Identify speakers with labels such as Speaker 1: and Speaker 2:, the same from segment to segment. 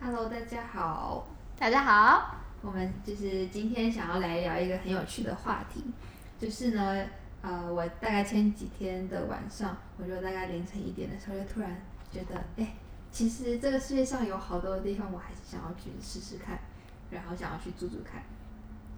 Speaker 1: Hello，大家好，
Speaker 2: 大家好，
Speaker 1: 我们就是今天想要来聊一个很有趣的话题，就是呢，呃，我大概前几天的晚上，我就大概凌晨一点的时候，就突然觉得，哎、其实这个世界上有好多地方，我还是想要去试试看，然后想要去住住看。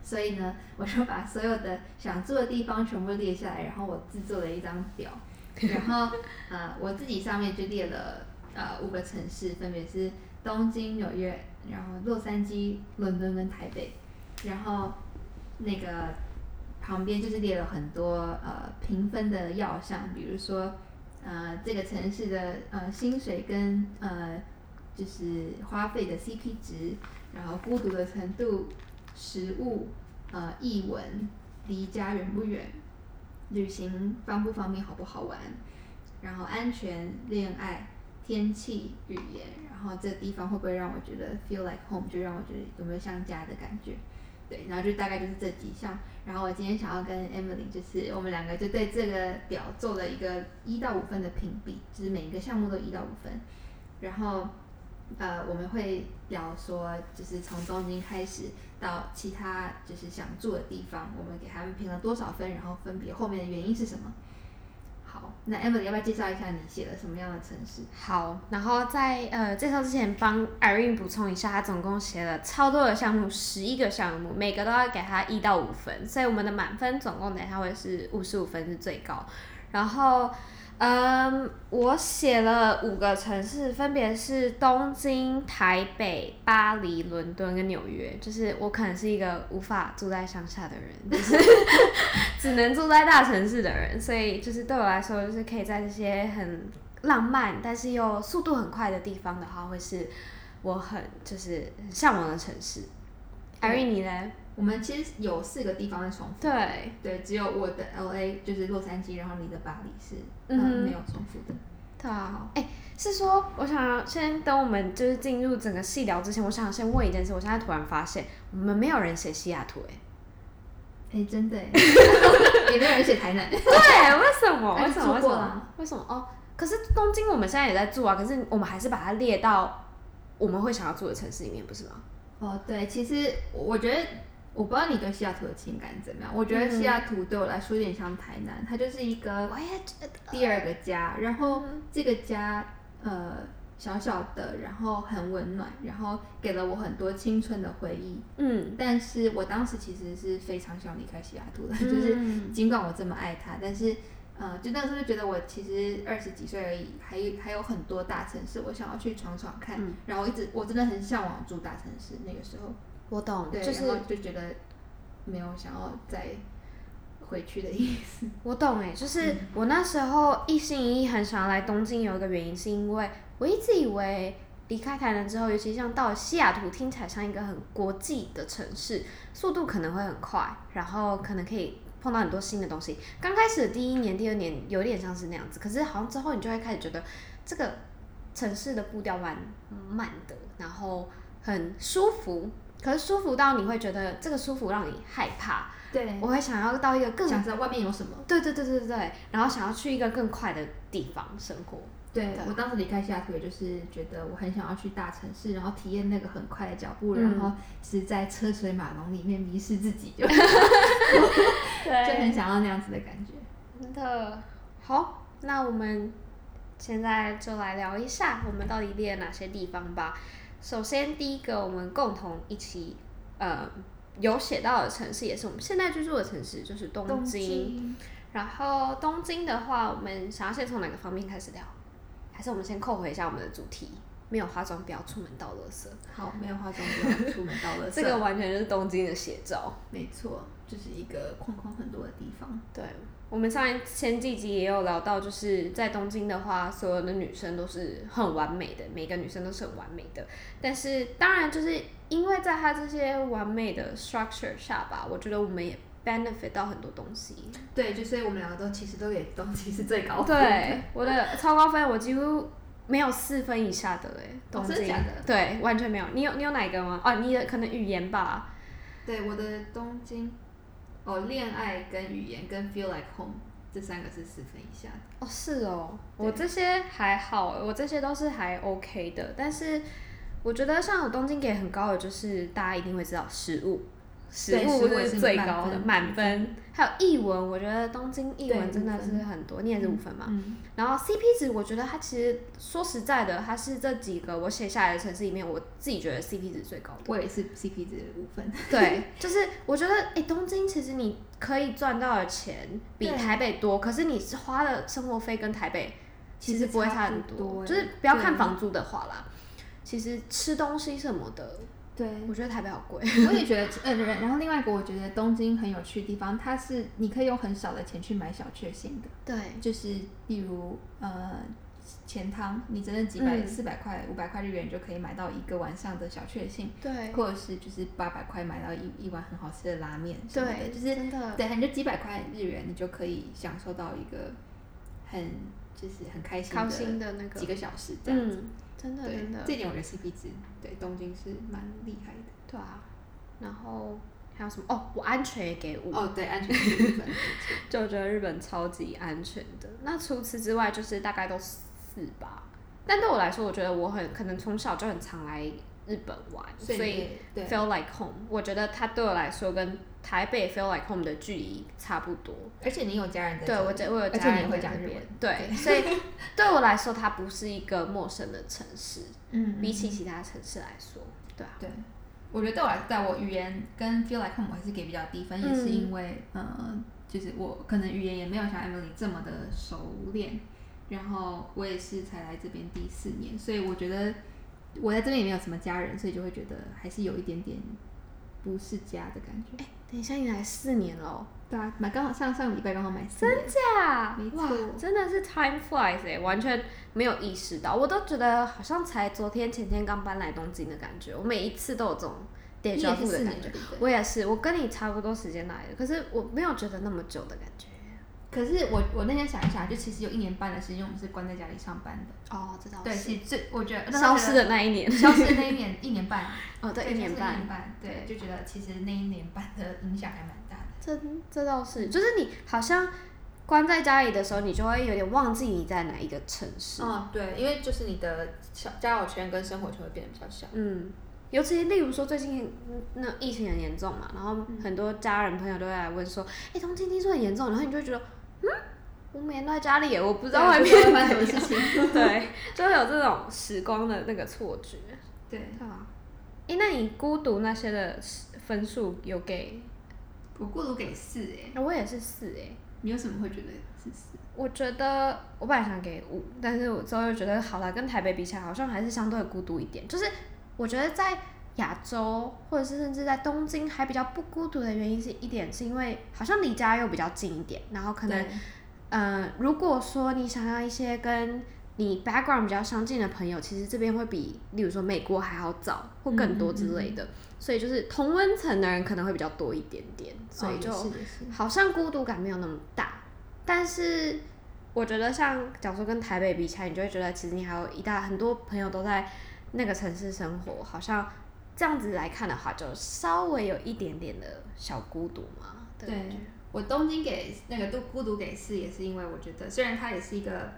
Speaker 1: 所以呢，我就把所有的想住的地方全部列下来，然后我制作了一张表，然后呃，我自己上面就列了呃五个城市，分别是东京、纽约，然后洛杉矶、伦敦跟台北，然后那个旁边就是列了很多呃评分的要项，比如说呃这个城市的呃薪水跟呃就是花费的 CP 值，然后孤独的程度、食物、呃译文、离家远不远、旅行方不方便、好不好玩，然后安全、恋爱、天气、语言，然后这个地方会不会让我觉得 feel like home，就让我觉得有没有像家的感觉。对，然后就大概就是这几项。然后我今天想要跟 Emily，就是我们两个就对这个表做了一个一到五分的评比，就是每一个项目都一到五分。然后，呃，我们会聊说，就是从东京开始到其他就是想住的地方，我们给他们评了多少分，然后分别后面的原因是什么。好，那 Emily 要不要介绍一下你写了什么样的城市？
Speaker 2: 好，然后在呃介绍之前帮 Irene 补充一下，她总共写了超多的项目，十一个项目，每个都要给她一到五分，所以我们的满分总共等一下会是五十五分是最高。然后，嗯，我写了五个城市，分别是东京、台北、巴黎、伦敦跟纽约。就是我可能是一个无法住在乡下的人，就是只能住在大城市的人，所以就是对我来说，就是可以在这些很浪漫但是又速度很快的地方的话，会是我很就是很向往的城市。艾瑞，你呢？
Speaker 1: 我们其实有四个地方在重复，
Speaker 2: 对，
Speaker 1: 对，只有我的 L A 就是洛杉矶，然后你的巴黎是、
Speaker 2: 嗯
Speaker 1: 呃
Speaker 2: 哼
Speaker 1: 没有重复的。
Speaker 2: 对啊，哎、是说我想要先等我们就是进入整个细聊之前，我想要先问一件事。我现在突然发现，我们没有人写西雅图、
Speaker 1: 哎，真 的耶，也没有人写台南。
Speaker 2: 哎，对，为什么？
Speaker 1: 那
Speaker 2: 为
Speaker 1: 你
Speaker 2: 什么？为什
Speaker 1: 住过
Speaker 2: 么
Speaker 1: 了？
Speaker 2: 为什么？哦，可是东京我们现在也在住啊，可是我们还是把它列到我们会想要住的城市里面，不是吗？
Speaker 1: 哦，对，其实我觉得，我不知道你对西雅图的情感怎么样。我觉得西雅图对我来说有点像台南，它就是一个
Speaker 2: 我也觉得，
Speaker 1: 第二个家，然后这个家呃小小的，然后很温暖，然后给了我很多青春的回忆。
Speaker 2: 嗯，
Speaker 1: 但是我当时其实是非常想离开西雅图的， 就是
Speaker 2: 嗯
Speaker 1: 尽管我这么爱它，但是呃，就那时候就觉得我其实二十几岁而已，还有还有很多大城市我想要去闯闯看，
Speaker 2: 嗯
Speaker 1: 然后我一直我真的很向往住大城市，那个时候
Speaker 2: 我懂，
Speaker 1: 对，
Speaker 2: 哦就是
Speaker 1: 然后就觉得没有想要再回去的意思，
Speaker 2: 我懂哎、就是我那时候一心一意很想要来东京，有一个原因是因为我一直以为离开台南之后，尤其像到了西雅图，听起来像一个很国际的城市，速度可能会很快，然后可能可以碰到很多新的东西。刚开始的第一年、第二年有点像是那样子，可是好像之后你就会开始觉得这个城市的步调蛮慢的，然后很舒服，可是舒服到你会觉得这个舒服让你害怕，
Speaker 1: 对
Speaker 2: 我会想要到一个更
Speaker 1: 想知道外面有什么。
Speaker 2: 对对对对对对，然后想要去一个更快的地方生活。
Speaker 1: 对
Speaker 2: 对
Speaker 1: 我当时离开西雅图，也就是觉得我很想要去大城市，然后体验那个很快的脚
Speaker 2: 嗯
Speaker 1: 步，然后是在车水马龙里面迷失自己，就就很想要那样子的感觉。
Speaker 2: 真的好。那我们现在就来聊一下，我们到底列了哪些地方吧。首先，第一个我们共同一起呃有写到的城市，也是我们现在居住的城市，就是东京。然后东京的话，我们想要先从哪个方面开始聊？还是我们先扣回一下我们的主题？没有化妆不要出门倒垃圾，
Speaker 1: 好，没有化妆不要出门 到了，
Speaker 2: 这个完全就是东京的写照。
Speaker 1: 没错，就是一个框框很多的地方。
Speaker 2: 对，我们上一前几集也有聊到，就是在东京的话，所有的女生都是很完美的，每个女生都是很完美的。但是当然，就是因为在她这些完美的 structure 下吧，我觉得我们也 benefit 到很多东西。
Speaker 1: 对，就所以我们两个都其实都给东西是最高分的
Speaker 2: 对，我的超高分，我几乎没有四分以下的哎、东京、
Speaker 1: 哦真的假的
Speaker 2: 对，完全没有。你有你有哪一个吗？哦，你的可能语言吧。
Speaker 1: 对，我的东京，哦，恋爱跟语言跟 feel like home 这三个是四分以下的。
Speaker 2: 哦，是哦，
Speaker 1: 对
Speaker 2: 我这些还好欸，我这些都是还 OK 的，但是我觉得像我东京给很高的，就是大家一定会知道食物，食
Speaker 1: 对
Speaker 2: 物
Speaker 1: 食物也
Speaker 2: 是
Speaker 1: 是
Speaker 2: 最
Speaker 1: 满
Speaker 2: 高的
Speaker 1: 分
Speaker 2: 满分，还有译文，我觉得东京译
Speaker 1: 对
Speaker 2: 文真
Speaker 1: 五
Speaker 2: 的是
Speaker 1: 分
Speaker 2: 很多，你也是五分嘛。
Speaker 1: 嗯，
Speaker 2: 然后 CP 值，我觉得它其实说实在的，它是这几个我写下来的城市里面，我自己觉得 CP 值最高的。
Speaker 1: 我也是 CP 值五分。
Speaker 2: 对，就是我觉得，哎、东京其实你可以赚到的钱比
Speaker 1: 对
Speaker 2: 台北多，可是你是花的生活费跟台北其
Speaker 1: 其
Speaker 2: 实
Speaker 1: 实
Speaker 2: 不会
Speaker 1: 差
Speaker 2: 差
Speaker 1: 不
Speaker 2: 很
Speaker 1: 多欸
Speaker 2: 就是不要看
Speaker 1: 对
Speaker 2: 房租的话啦，其实吃东西什么的，
Speaker 1: 对，
Speaker 2: 我觉得台北好贵。
Speaker 1: 我也觉得，呃，然然后另外一个我觉得东京很有趣的地方，它是你可以用很少的钱去买小确幸的，
Speaker 2: 对，
Speaker 1: 就是例如呃钱汤，你真的几百
Speaker 2: 嗯
Speaker 1: 四百块五百块日元就可以买到一个晚上的小确幸，
Speaker 2: 对，
Speaker 1: 或者是就是八百块买到一一碗很好吃的拉面什么的，
Speaker 2: 对，
Speaker 1: 就是
Speaker 2: 真的，
Speaker 1: 对，你就几百块日元，你就可以享受到一个很就是很开心
Speaker 2: 高薪的
Speaker 1: 的
Speaker 2: 那个
Speaker 1: 几，个小时这样子。
Speaker 2: 嗯，真的
Speaker 1: 对
Speaker 2: 真的，，
Speaker 1: 这点我觉得 CP 值对东京是蛮厉害的。
Speaker 2: 对啊。然后还有什么？哦，我安全也给五，
Speaker 1: 哦，对，安全是部分。
Speaker 2: 就觉得日本超级安全的。那除此之外，就是大概都四吧。但对我来说，我觉得我很可能从小就很常来日本玩，所
Speaker 1: 所
Speaker 2: 以
Speaker 1: 以对
Speaker 2: feel like home。我觉得它对我来说跟台北 feel like home 的距离差不多。
Speaker 1: 而且你有家人在这
Speaker 2: 对
Speaker 1: 里，
Speaker 2: 我家我有
Speaker 1: 而
Speaker 2: 家
Speaker 1: 且你也
Speaker 2: 人
Speaker 1: 会
Speaker 2: 在
Speaker 1: 讲
Speaker 2: 那
Speaker 1: 日
Speaker 2: 边
Speaker 1: 文，，
Speaker 2: 对，所以 对我来说，它不是一个陌生的城市，
Speaker 1: 嗯
Speaker 2: 比起其他城市来说，对啊，
Speaker 1: 对，我觉得对我来，在我语言跟 feel like home 我还是给比较低分，也是
Speaker 2: 嗯
Speaker 1: 因为呃，就是我可能语言也没有像 Emily 这么的熟练，然后我也是才来这边第四年，所以我觉得我在这边也没有什么家人，所以就会觉得还是有一点点不是家的感觉。
Speaker 2: 等一下，你来四年了哦，
Speaker 1: 哎对啊，买刚好上上个礼拜刚好买四
Speaker 2: 真
Speaker 1: 年，
Speaker 2: 假
Speaker 1: 没？
Speaker 2: 哇
Speaker 1: 错，
Speaker 2: 真的是 time flies 哎、完全没有意识到，我都觉得好像才昨天前天刚搬来东京的感觉。我每一次都有这种
Speaker 1: 你
Speaker 2: deja
Speaker 1: 也是
Speaker 2: vu 的
Speaker 1: 四
Speaker 2: 感
Speaker 1: 年
Speaker 2: 觉
Speaker 1: 了，。对不对？
Speaker 2: 我也是，我跟你差不多时间来的，可是我没有觉得那么久的感觉。
Speaker 1: 可是我我那天想一想，就其实有一年半的时间我们是关在家里上班的，
Speaker 2: 哦，这倒
Speaker 1: 对，是最我觉得
Speaker 2: 消失的那一年。
Speaker 1: 消失的那一年一年半。
Speaker 2: 哦，对，一
Speaker 1: 就是
Speaker 2: 年半
Speaker 1: 一。年半，对，就觉得其实那一年半的影响还蛮大的。
Speaker 2: 这这倒是，就是你好像关在家里的时候，你就会有点忘记你在哪一个城市。
Speaker 1: 嗯，对，因为就是你的小交友圈跟生活圈会变得比较小。
Speaker 2: 嗯，尤其例如说最近嗯那疫情很严重嘛，然后很多家人朋友都会来问说，哎、东京听说很严重，然后你就会觉得，嗯，我每天都在家里耶，我不
Speaker 1: 不
Speaker 2: 知道外面
Speaker 1: 会发生什么事 情。
Speaker 2: 对，就会有这种时光的那个错觉。
Speaker 1: 对，
Speaker 2: 对啊，哎、那你孤独那些的分数有给？
Speaker 1: 我过度给四哎，
Speaker 2: 我也是四哎、
Speaker 1: 你有什么会觉得是四？
Speaker 2: 我觉得我本来想给五，但是我之后又觉得好了，跟台北比起来，好像还是相对孤独一点。就是我觉得在亚洲，或者是甚至在东京还比较不孤独的原因是一点，是因为好像离家又比较近一点，然
Speaker 1: 哦
Speaker 2: 后可能
Speaker 1: 对
Speaker 2: 呃，如果说你想要一些跟你 background 比较相近的朋友，其实这边会比，例如说美国还要早或更多之类的，
Speaker 1: 嗯
Speaker 2: 所以就是同温层的人可能会比较多一点点，所以就、
Speaker 1: 哦也是也是
Speaker 2: 好像孤独感没有那么大，但是我觉得像假如说跟台北比起来，你就会觉得其实你还有一大很多朋友都在那个城市生活，好像这样子来看的话，就稍微有一点点的小孤独嘛。的感觉
Speaker 1: 对，我东京给那个都孤独给四，也是因为我觉得虽然它也是一个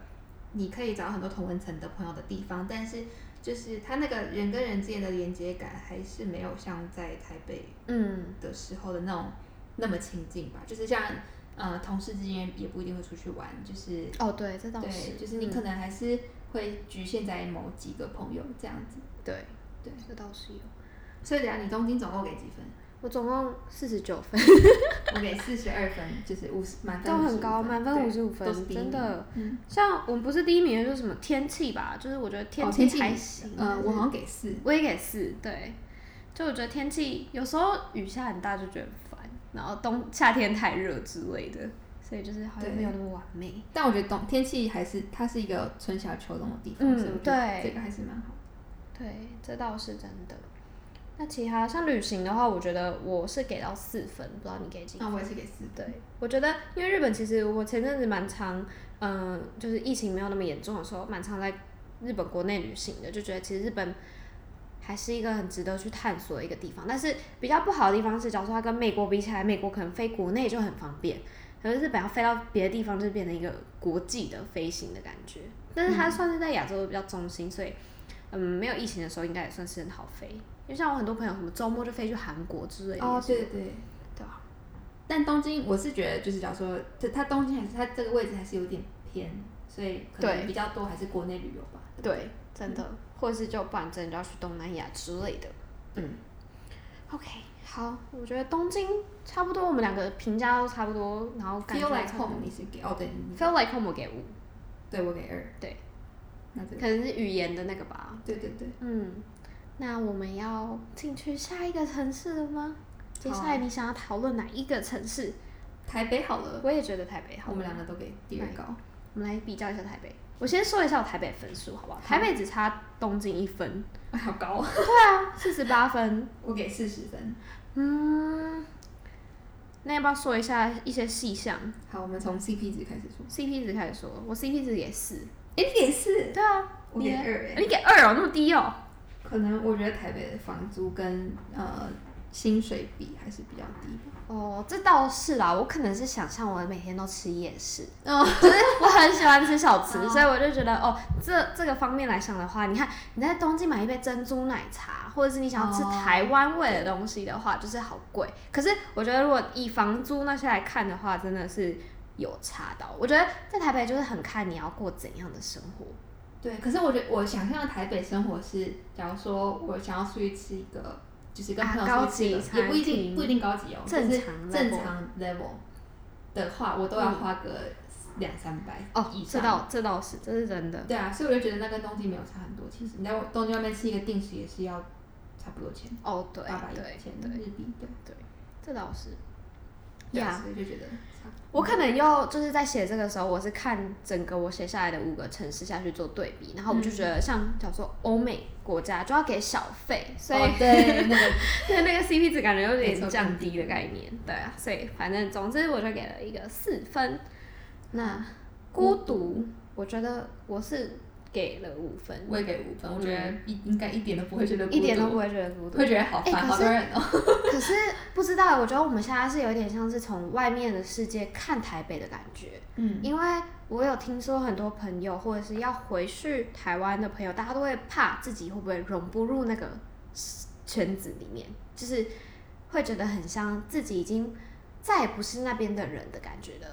Speaker 1: 你可以找很多同文层的朋友的地方，但是就是它那个人跟人之间的连接感还是没有像在台北
Speaker 2: 嗯，
Speaker 1: 的时候的那种那么亲近吧，就是像呃同事之间也不一定会出去玩，就是
Speaker 2: 哦，对，这倒是
Speaker 1: 对，，就是你可
Speaker 2: 嗯、
Speaker 1: 能还是会局限在某几个朋友这样子。
Speaker 2: 对
Speaker 1: 对，
Speaker 2: 这倒是有。
Speaker 1: 所以等一下你东京总共给几分？
Speaker 2: 我总共四十九分，
Speaker 1: 我给四十二分，就是五十满分
Speaker 2: 都很高，
Speaker 1: 55
Speaker 2: 满分五
Speaker 1: 对
Speaker 2: 十五
Speaker 1: 都是
Speaker 2: 分，
Speaker 1: 第一
Speaker 2: 真
Speaker 1: 名
Speaker 2: 的。
Speaker 1: 嗯，
Speaker 2: 像我们不是第一名，就是什么天气吧？就是我觉得
Speaker 1: 哦
Speaker 2: 气
Speaker 1: 气
Speaker 2: 还行。
Speaker 1: 呃，
Speaker 2: 但
Speaker 1: 我
Speaker 2: 是
Speaker 1: 好像给四，
Speaker 2: 我也给四，对。就我觉得天气有时候雨下很大就觉得很烦，然后冬夏天太热之类的，所以就是好像
Speaker 1: 对
Speaker 2: 没有那么完美。
Speaker 1: 但我觉得冬天气还是它是一个春夏秋冬的地方，
Speaker 2: 嗯
Speaker 1: 所以我觉得
Speaker 2: 对
Speaker 1: 这个还是蛮好。
Speaker 2: 对，这倒是真的。那其他像旅行的话，我觉得我是给到四分，不知道你给几分？
Speaker 1: 那我也是给四
Speaker 2: 对，
Speaker 1: 分。
Speaker 2: 我觉得因为日本其实我前阵子蛮常，嗯、就是疫情没有那么严重的时候，蛮常在日本国内旅行的，就觉得其实日本还是一个很值得去探索的一个地方。但是比较不好的地方是，假如说它跟美国比起来，美国可能飞国内就很方便，可是日本要飞到别的地方，就是变成一个国际的飞行的感觉。但是它算是在亚洲比较中心，所以嗯，没有疫情的时候应该也算是很好飞。因为像我很多朋友什么周末就飞去韩国之类的，
Speaker 1: 哦，对对
Speaker 2: 对啊
Speaker 1: 但东京我是觉得，就是假如说，它它东京还是它这个位置还是有点偏，所以可
Speaker 2: 对
Speaker 1: 能比较多还是国内旅游吧。
Speaker 2: 对，真的，或者是就不然真的就要去东南亚之类的。嗯，OK，好，我觉得东京差不多，我们两个评价都差不多，然后感觉
Speaker 1: Feel
Speaker 2: 也
Speaker 1: like
Speaker 2: 差不多
Speaker 1: home 你是给哦，对，你
Speaker 2: feel like home 我给五，
Speaker 1: 对我给二，
Speaker 2: 对，
Speaker 1: 那啊对
Speaker 2: 可能是语言的那个吧。
Speaker 1: 对对对，
Speaker 2: 嗯，那我们要进去下一个城市了吗？接下
Speaker 1: 好啊
Speaker 2: 来你想要讨论哪一个城市？
Speaker 1: 台北好了，
Speaker 2: 我也觉得台北好。
Speaker 1: 我们两个都给第二高，
Speaker 2: 我们来比较一下台北。我先说一下我台北分数，好不好？台北只差东京一分，
Speaker 1: 哎 好高，
Speaker 2: 对啊，四十八分。
Speaker 1: 我给四十分。
Speaker 2: 嗯，那要不要说一下一些细项
Speaker 1: 好，我们从 CP 值开始说。
Speaker 2: ？CP 值开始说，我 CP 值也是，
Speaker 1: 哎，你给四，
Speaker 2: 对啊，
Speaker 1: 我
Speaker 2: 你
Speaker 1: 给
Speaker 2: 呢
Speaker 1: 二哎。
Speaker 2: 你给二哦，那么低哦。
Speaker 1: 可能我觉得台北的房租跟呃薪水比还是比较低吧。
Speaker 2: 哦，这倒是啦，我可能是想象我每天都吃夜市，
Speaker 1: 嗯，
Speaker 2: 就是我很喜欢吃小吃，
Speaker 1: 哦
Speaker 2: 所以我就觉得 哦，这这个方面来想的话，你看你在东京买一杯珍珠奶茶，或者是你想要吃
Speaker 1: 哦
Speaker 2: 台湾味的东西的话，就是好贵。可是我觉得如果以房租那些来看的话，真的是有差到。我觉得在台北就是很看你要过怎样的生活。
Speaker 1: 对。可是我觉得我想象的台北生活是，假如说我想要出去吃一个，就是跟
Speaker 2: 啊
Speaker 1: 朋友出去吃一
Speaker 2: 高级，
Speaker 1: 个
Speaker 2: 餐
Speaker 1: 也不一
Speaker 2: 厅
Speaker 1: 定不一定高级哦，
Speaker 2: 正
Speaker 1: 就是
Speaker 2: 常 level 嗯
Speaker 1: 正常 level 的话，我都要花个两三百
Speaker 2: 哦
Speaker 1: 以，
Speaker 2: 这
Speaker 1: 上。
Speaker 2: 倒这倒是，这是真的。
Speaker 1: 对啊，所以我就觉得那跟东京没有差很多。其实你在东京外面吃一个定时也是要差不多钱，
Speaker 2: 哦，对
Speaker 1: 八百
Speaker 2: 对
Speaker 1: 一千
Speaker 2: 对，
Speaker 1: 日币，对。
Speaker 2: 这倒是。
Speaker 1: 对啊
Speaker 2: 呀
Speaker 1: 所以就觉得差不多。
Speaker 2: 我可能又就是在写这个时候，我是看整个我写下来的五个城市下去做对比，然后我就觉
Speaker 1: 嗯
Speaker 2: 得像叫做欧美国家就要给小费，所以、
Speaker 1: 哦对那个
Speaker 2: 对 那个 CP 值感觉有
Speaker 1: 没
Speaker 2: 点
Speaker 1: 错
Speaker 2: 降低的概念，对啊，所以反正总之我就给了一个四分。那孤独，我觉得我是给了五分，
Speaker 1: 我也给五分，我觉 得一应该一点都不会觉得孤
Speaker 2: 嗯
Speaker 1: 独
Speaker 2: 一点都不会觉得孤独
Speaker 1: 会。觉得好烦，
Speaker 2: 哎可是
Speaker 1: 好多人哦。
Speaker 2: 可是不知道，我觉得我们现在是有点像是从外面的世界看台北的感觉。
Speaker 1: 嗯，
Speaker 2: 因为我有听说很多朋友或者是要回去台湾的朋友，大家都会怕自己会不会融不入那个圈子里面，就是会觉得很像自己已经再也不是那边的人的感觉了，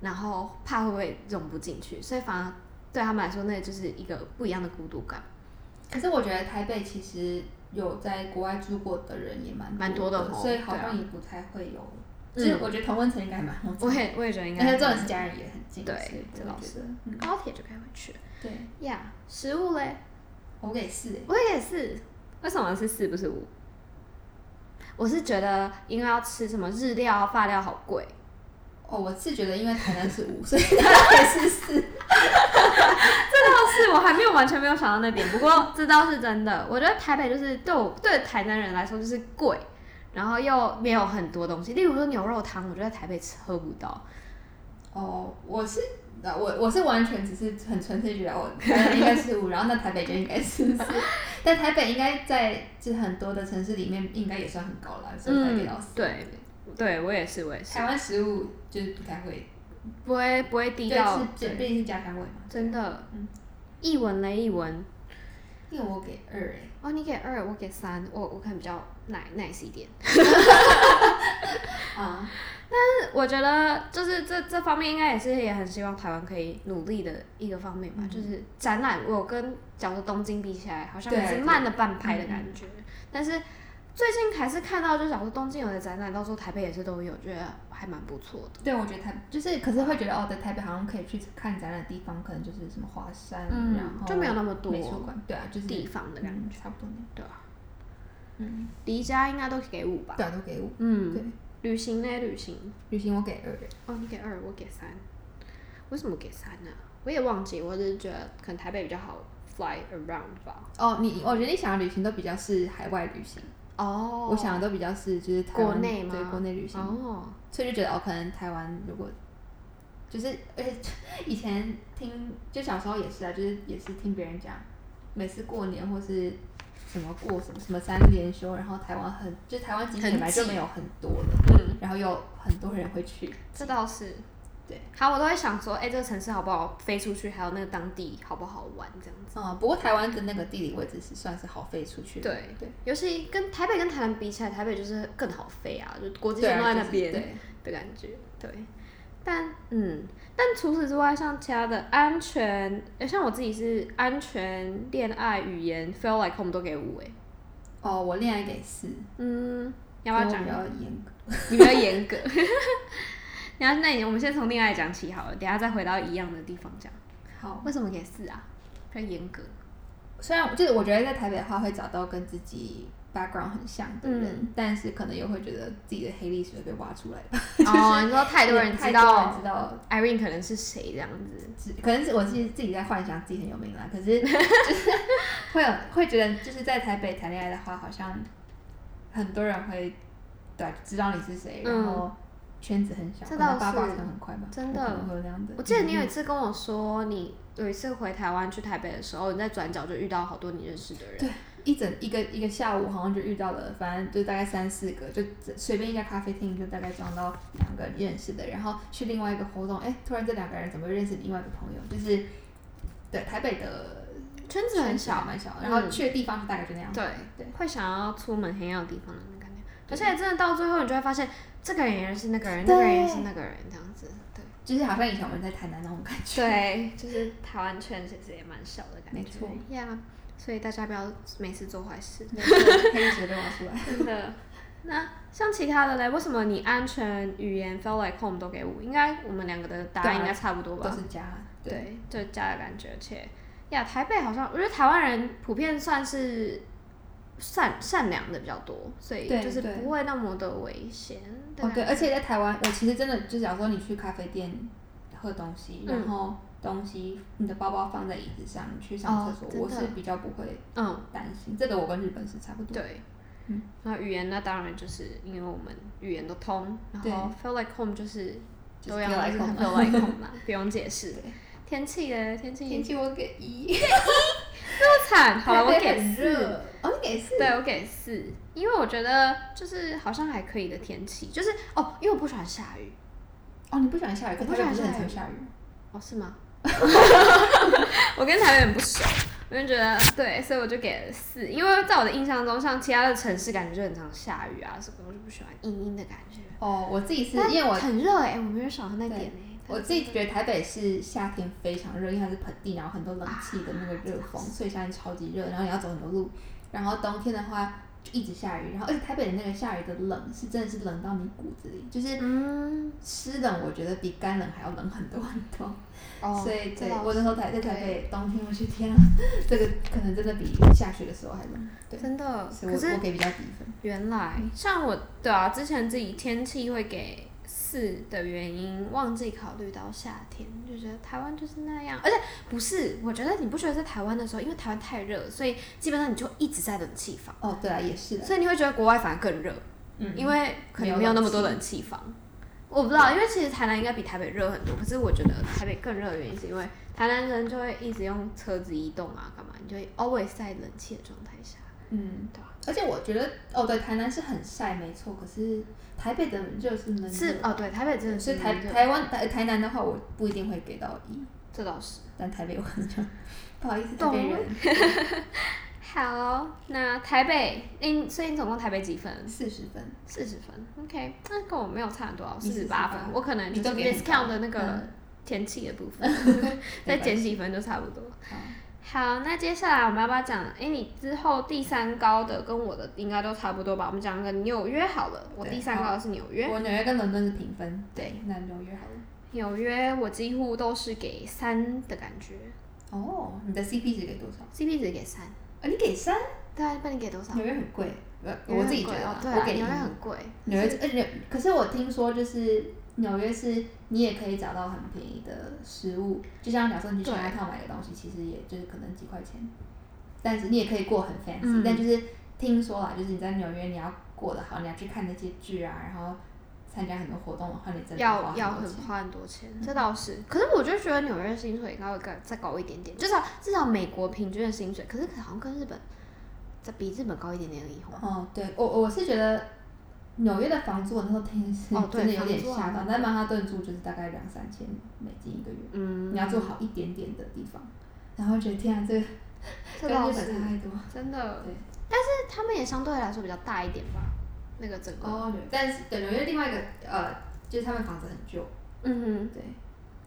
Speaker 2: 然后怕会不会融不进去，所以反而对他们来说，那就是一个不一样的孤独感，
Speaker 1: 可是我觉得台北其实有在国外住过的人也蛮
Speaker 2: 蛮多
Speaker 1: 的
Speaker 2: 的，哦
Speaker 1: 所以好
Speaker 2: 对啊
Speaker 1: 像也不太会有。
Speaker 2: 嗯
Speaker 1: 就是我觉得同温层应该还蛮好，
Speaker 2: 我也我也觉得应该
Speaker 1: 而且这种是家人也很近，
Speaker 2: 对
Speaker 1: 所以
Speaker 2: 这
Speaker 1: 我
Speaker 2: 倒
Speaker 1: 觉
Speaker 2: 是
Speaker 1: 得嗯
Speaker 2: 高铁就可以回去了
Speaker 1: 对，
Speaker 2: 呀。食物嘞，
Speaker 1: 我给四欸
Speaker 2: 我也是，为什么是四不是五？我是觉得因为要吃什么日料啊、发料好贵，
Speaker 1: 哦，我是觉得因为台南是 五，所以台北是四。
Speaker 2: 倒是我还没有完全没有想到那点，不过这倒是真的。我觉得台北就是对我对台南人来说就是贵，然后又没有很多东西，例如说牛肉汤，我觉得台北吃喝不到。
Speaker 1: 哦，我是呃我我是完全只是很纯粹觉得我台南应该是五，然后那台北就应该 是四，但台北应该在就是很多的城市里面应该也算很高了，所以才给到四。
Speaker 2: 嗯对，对我也是，我也是
Speaker 1: 台，湾食物就是不太会，
Speaker 2: 不会不会低
Speaker 1: 就
Speaker 2: 到
Speaker 1: 是这毕竟是家乡味嘛。
Speaker 2: 真的
Speaker 1: 嗯。
Speaker 2: 译文嘞，译文
Speaker 1: 因为我给二哎、
Speaker 2: 哦，你给二，我给三，我我可能比较 nice nice 一点。
Speaker 1: 啊，
Speaker 2: 我觉得就是这这方面应该也是也很希望台湾可以努力的一个方面吧，
Speaker 1: 嗯
Speaker 2: 就是展览，我跟假如说东京比起来，好像
Speaker 1: 对
Speaker 2: 也是慢了半拍的感觉。但是最近还是看到，就假如说东京有的展览，到时候台北也是都有，觉得还蛮不错的。
Speaker 1: 对，我觉得台就是，可是会觉得哦，在台北好像可以去看展览的地方，可能就是什么华山，
Speaker 2: 嗯
Speaker 1: 然后
Speaker 2: 就没有那么多
Speaker 1: 美术馆，对啊，就是
Speaker 2: 地方的感
Speaker 1: 嗯，差不多那样，
Speaker 2: 对啊，
Speaker 1: 嗯，
Speaker 2: 离家应该都给五吧。
Speaker 1: 对啊，都给我，
Speaker 2: 嗯，
Speaker 1: 对，
Speaker 2: 旅行呢？旅行
Speaker 1: 旅行我给二，
Speaker 2: 哦，你给二，我给三。为什么给三呢、我也忘记，我只是觉得可能台北比较好 fly around 吧。
Speaker 1: 哦，你我觉得你想要旅行都比较是海外旅行，
Speaker 2: 哦
Speaker 1: 我想的都比较是就是台
Speaker 2: 国
Speaker 1: 湾
Speaker 2: 内吗？
Speaker 1: 对国内旅行，
Speaker 2: 哦，
Speaker 1: 所以就觉得哦，可能台湾如果就是而且 以前听就小时候也是啊，就是也是听别人讲，每次过年或是什么过什么什么三连休，然后台湾很就台湾景点
Speaker 2: 很
Speaker 1: 本来就
Speaker 2: 挤
Speaker 1: 没有很多了，
Speaker 2: 嗯，
Speaker 1: 然后有很多人会去，
Speaker 2: 这倒是。欸
Speaker 1: 对，
Speaker 2: 好，我都会想说，哎、这个城市好不好飞出去，还有那个当地好不好玩这样子。
Speaker 1: 嗯，不过台湾的那个地理位置是算是好飞出去的，
Speaker 2: 对
Speaker 1: 对
Speaker 2: 尤其跟台北跟台南比起来，台北就是更好飞啊，就国际
Speaker 1: 对
Speaker 2: 线
Speaker 1: 啊
Speaker 2: 都在那
Speaker 1: 就是
Speaker 2: 边
Speaker 1: 对
Speaker 2: 的感觉。对，但嗯，但除此之外，像其他的安全，呃像我自己是安全、恋爱、语言，feel like home 都给五哎。
Speaker 1: 哦，我恋爱给四，
Speaker 2: 嗯，要不要讲
Speaker 1: 比？较严格？
Speaker 2: 你比较严格。然后，那你我们先从恋爱讲起好了，等一下再回到一样的地方讲。
Speaker 1: 好，
Speaker 2: 为什么给四啊？比较严格。
Speaker 1: 虽然就是我觉得在台北的话会找到跟自己 background 很像的人，
Speaker 2: 嗯
Speaker 1: 但是可能又会觉得自己的黑历史会被挖出来吧。
Speaker 2: 哦，你说太多人知
Speaker 1: 太多人
Speaker 2: 道
Speaker 1: 知道，
Speaker 2: Irene 可能是谁这样子。
Speaker 1: 只可能是我自己自己在幻想自己很有名啦，可是就是会有会觉得就是在台北谈恋爱的话，好像很多人会对知道你是谁，
Speaker 2: 嗯
Speaker 1: 然后圈子很小，
Speaker 2: 这
Speaker 1: 可能
Speaker 2: 倒
Speaker 1: 八卦
Speaker 2: 是
Speaker 1: 可能很快吧，
Speaker 2: 真的
Speaker 1: 我可能会有那样的。
Speaker 2: 我记得你有一次跟我说，你有一次回台湾去台北的时候，你在转角就遇到好多你认识的人。
Speaker 1: 对一整一个一个下午，好像就遇到了，反正就大概三四个，就随便一家咖啡厅就大概撞到两个认识的，然后去另外一个活动，哎，突然这两个人怎么会认识另外一个朋友？就是对台北的
Speaker 2: 圈子很小，
Speaker 1: 蛮小，
Speaker 2: 嗯
Speaker 1: 然后去的地方就大概就那样。
Speaker 2: 对
Speaker 1: 对，
Speaker 2: 会想要出门很有地方的那种感觉。而
Speaker 1: 对
Speaker 2: 且真的到最后，你就会发现这个人也认识那个人，
Speaker 1: 对
Speaker 2: 那个人也是那个人，这样 子。对
Speaker 1: 就是好像以前我们在台南那种感觉。
Speaker 2: 对，就是台湾圈其实也蛮小的感觉。
Speaker 1: 没错
Speaker 2: 呀所以大家不要每次做坏事，
Speaker 1: 没错，黑历史被挖出来。
Speaker 2: 真的。那像其他的嘞，为什么你安全、语言、feel like home 都给五？应该我们两个的答案
Speaker 1: 对啊
Speaker 2: 应该差不多吧？
Speaker 1: 都是家。对，
Speaker 2: 对，就家的感觉，而且呀，台北好像我觉得台湾人普遍算是善善良的比较多，所以
Speaker 1: 对
Speaker 2: 就是
Speaker 1: 对
Speaker 2: 不会那么的危险。
Speaker 1: 哦对，
Speaker 2: 吧
Speaker 1: 而且在台湾，我其实真的就假如说你去咖啡店喝东西，
Speaker 2: 嗯
Speaker 1: 然后东西你的包包放在椅子上，你去上厕所，
Speaker 2: 哦真的
Speaker 1: 我是比较不会
Speaker 2: 嗯，
Speaker 1: 担心。这个我跟日本是差不多。
Speaker 2: 对。
Speaker 1: 哦嗯
Speaker 2: 那语言那当然就是因为我们语言都通，然
Speaker 1: 对
Speaker 2: 后 feel like home 就是
Speaker 1: 就是
Speaker 2: 都要
Speaker 1: feel
Speaker 2: 就是
Speaker 1: like home
Speaker 2: feel like home 嘛，不用解释
Speaker 1: 对。
Speaker 2: 天气的天气
Speaker 1: 天气我给一，
Speaker 2: 多惨，好了，我
Speaker 1: 台北
Speaker 2: 给
Speaker 1: 很
Speaker 2: 四。
Speaker 1: 热，哦，你给四，
Speaker 2: 对，我给四，因为我觉得就是好像还可以的天气，就是哦，因为我不喜欢下雨，
Speaker 1: 哦，你不喜欢下雨，可
Speaker 2: 我不喜欢
Speaker 1: 台北是很
Speaker 2: 下雨
Speaker 1: 常下雨。
Speaker 2: 哦，是吗？ 我跟台北很不熟，我就觉得对，所以我就给了四，因为在我的印象中，像其他的城市感觉就很常下雨啊什么，我就不喜欢阴阴的感觉。
Speaker 1: 哦，我自己是
Speaker 2: 但
Speaker 1: 因为我
Speaker 2: 很热哎、我没有想到那
Speaker 1: 对
Speaker 2: 点哎、
Speaker 1: 我自己觉得台北是夏天非常热，因为它是盆地，然后很多冷气的那个热风，所以夏天超级热，然后你要走很多路。然后冬天的话就一直下雨，然后而且台北的那个下雨的冷是真的是冷到你骨子里，就是
Speaker 2: 嗯，
Speaker 1: 湿冷，我觉得比干冷还要冷很多很多。
Speaker 2: 哦，
Speaker 1: 所以
Speaker 2: 这
Speaker 1: 对
Speaker 2: 倒，
Speaker 1: 我那时候台在台北冬天，我去天啊，这个可能真的比下雪的时候还冷。对，
Speaker 2: 真的，
Speaker 1: 所以
Speaker 2: 可
Speaker 1: 我
Speaker 2: 是
Speaker 1: 我给比较低分。
Speaker 2: 原来像我对啊，之前自己天气会给四的原因，忘记考虑到夏天，就觉得台湾就是那样，而且不是，我觉得你不觉得在台湾的时候，因为台湾太热，所以基本上你就一直在冷气房，
Speaker 1: 哦，对啊，也是的。
Speaker 2: 所以你会觉得国外反而更热，
Speaker 1: 嗯，
Speaker 2: 因为可能没有那么多冷气房。我不知道，因为其实台南应该比台北热很多，可是我觉得台北更热的原因是因为台南人就会一直用车子移动啊，干嘛，你就会 always 在冷气的状态下，
Speaker 1: 嗯，
Speaker 2: 对啊
Speaker 1: 而且我觉得，哦，对，台南是很晒，没错。可是台北的热是闷热，
Speaker 2: 是哦，对，台北真的
Speaker 1: 所
Speaker 2: 是
Speaker 1: 以台
Speaker 2: 蛮热
Speaker 1: 台湾台台南的话，我不一定会给到一，
Speaker 2: 这倒是。
Speaker 1: 但台北我很想，不好意思，台
Speaker 2: 懂
Speaker 1: 北人
Speaker 2: 好，那台北，嗯，所以你总共台北几分？
Speaker 1: 四十分，
Speaker 2: 四十分，OK，那跟我没有差很多少，
Speaker 1: 你
Speaker 2: 四十
Speaker 1: 48
Speaker 2: 八分，我可能就是
Speaker 1: 你都给很高
Speaker 2: discount 的那个
Speaker 1: 嗯
Speaker 2: 天气的部 分，再减几分就差不多。
Speaker 1: 好，
Speaker 2: 好，那接下来我们要不要讲？哎、你之后第三高的跟我的应该都差不多吧？我们讲个纽约好了，我
Speaker 1: 对
Speaker 2: 第三高的是纽约，
Speaker 1: 我纽约跟伦敦是平分，对，那纽约好了。
Speaker 2: 纽约我几乎都是给三的感觉
Speaker 1: 哦，你的 CP 值给多少？
Speaker 2: ，CP 呃值给三，
Speaker 1: 啊，你给三，
Speaker 2: 对啊，那你给多少？
Speaker 1: 纽约很贵，呃，
Speaker 2: 纽约
Speaker 1: 我
Speaker 2: 很
Speaker 1: 自己觉
Speaker 2: 贵
Speaker 1: 得
Speaker 2: 哦
Speaker 1: 啊，
Speaker 2: 对
Speaker 1: 我
Speaker 2: 啊，
Speaker 1: 给
Speaker 2: 纽约
Speaker 1: 一
Speaker 2: 很贵，
Speaker 1: 纽约，而且呃可是我听说就是纽约是你也可以找到很便宜的食物，就像假设你去
Speaker 2: 对
Speaker 1: 那套买个东西，其实也就是可能几块钱，但是你也可以过很 fancy，、
Speaker 2: 嗯
Speaker 1: 但就是听说啦，就是你在纽约你要过得好，你要去看那些剧啊，然后参加很多活动的话，你真的花
Speaker 2: 要
Speaker 1: 很
Speaker 2: 要
Speaker 1: 多
Speaker 2: 很
Speaker 1: 钱
Speaker 2: 花很多钱，嗯这倒是。可是我就觉得纽约薪水应该会更再高一点点，至少至少美国平均的薪水，可是好像跟日本再比日本高一点点而已吼。
Speaker 1: 哦，对我我是觉得纽约的房租我那时候听是
Speaker 2: 哦对
Speaker 1: 真的有点
Speaker 2: 房租
Speaker 1: 吓
Speaker 2: 好
Speaker 1: 到，在曼哈顿住就是大概两三千美金一个月，
Speaker 2: 嗯，
Speaker 1: 你要住好一点点的地方，然后觉得天啊，这个
Speaker 2: 这
Speaker 1: 跟
Speaker 2: 倒
Speaker 1: 日
Speaker 2: 是
Speaker 1: 本差太多。
Speaker 2: 真的
Speaker 1: 对。
Speaker 2: 但是他们也相对来说比较大一点吧，那个整个。
Speaker 1: 哦，对，但是对纽约另外一个呃，就是他们房子很旧，
Speaker 2: 嗯
Speaker 1: 对，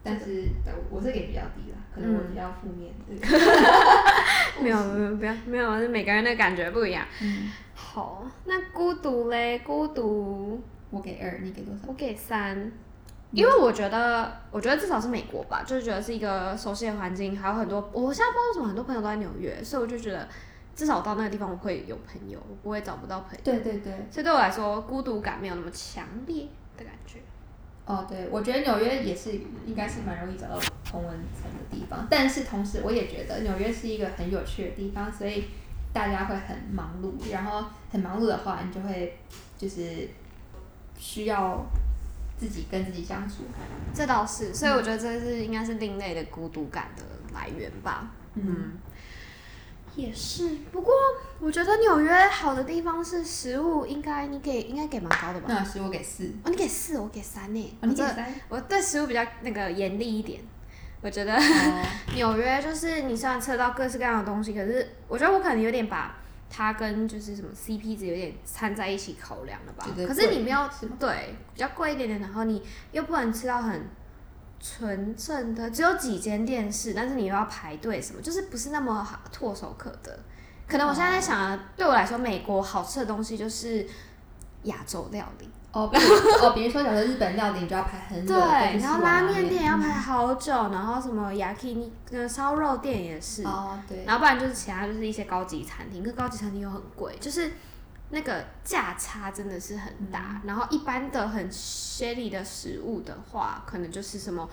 Speaker 1: 但是呃我是给比较低啦，可能我
Speaker 2: 嗯
Speaker 1: 比较负面，对，
Speaker 2: 哼， 没有没有没有没有，是每个人的感觉不一样。
Speaker 1: 嗯，
Speaker 2: 好，那孤独嘞？孤独
Speaker 1: 我给二，你给多少？
Speaker 2: 我给三，因为我觉得，我觉得至少是美国吧，就是觉得是一个熟悉的环境，还有很多，我现在不知道为什么很多朋友都在纽约，所以我就觉得，至少我到那个地方我会有朋友，我不会找不到朋友，
Speaker 1: 对对对，
Speaker 2: 所以对我来说，孤独感没有那么强烈的感觉。
Speaker 1: 哦，对，我觉得纽约也是应该是蛮容易找到同文层的地方，但是同时我也觉得纽约是一个很有趣的地方，所以大家会很忙碌，然后很忙碌的话，你就会就是需要自己跟自己相处，
Speaker 2: 这倒是，所以我觉得这是应该是另类的孤独感的来源吧。嗯，也是。不过我觉得纽约好的地方是食物，应该你给应该给蛮高的吧？
Speaker 1: 那是我给四，
Speaker 2: 哦，你给四，我给三呢。
Speaker 1: 哦、你
Speaker 2: 我
Speaker 1: 给
Speaker 2: 这
Speaker 1: 三，
Speaker 2: 我对食物比较那个严厉一点，我觉得
Speaker 1: 哦
Speaker 2: 纽约就是你虽然吃得到各式各样的东西，可是我觉得我可能有点把它跟就是什么 CP 值有点掺在一起考量了吧
Speaker 1: 觉。得
Speaker 2: 可是
Speaker 1: 贵
Speaker 2: 你没有
Speaker 1: 是吗
Speaker 2: 对比较贵一点点，然后你又不能吃到很纯正的，只有几间店是，但是你又要排队什么，就是不是那么好唾手可得。可能我现在在想啊，对我来说，美国好吃的东西就是亚洲料理。
Speaker 1: 哦，比如哦，比如说假设日本料理，你就要排很久
Speaker 2: 对，
Speaker 1: 的队去吃
Speaker 2: 然后
Speaker 1: 完
Speaker 2: 拉面店也要
Speaker 1: 嗯
Speaker 2: 排好久，然后什么 yakini 呃烧肉店也是，
Speaker 1: 哦，对，
Speaker 2: 然后不然就是其他就是一些高级餐厅，可高级餐厅又很贵，就是那个价差真的是很
Speaker 1: 嗯
Speaker 2: 大。然后一般的很 shitty 的食物的话，可能就是什么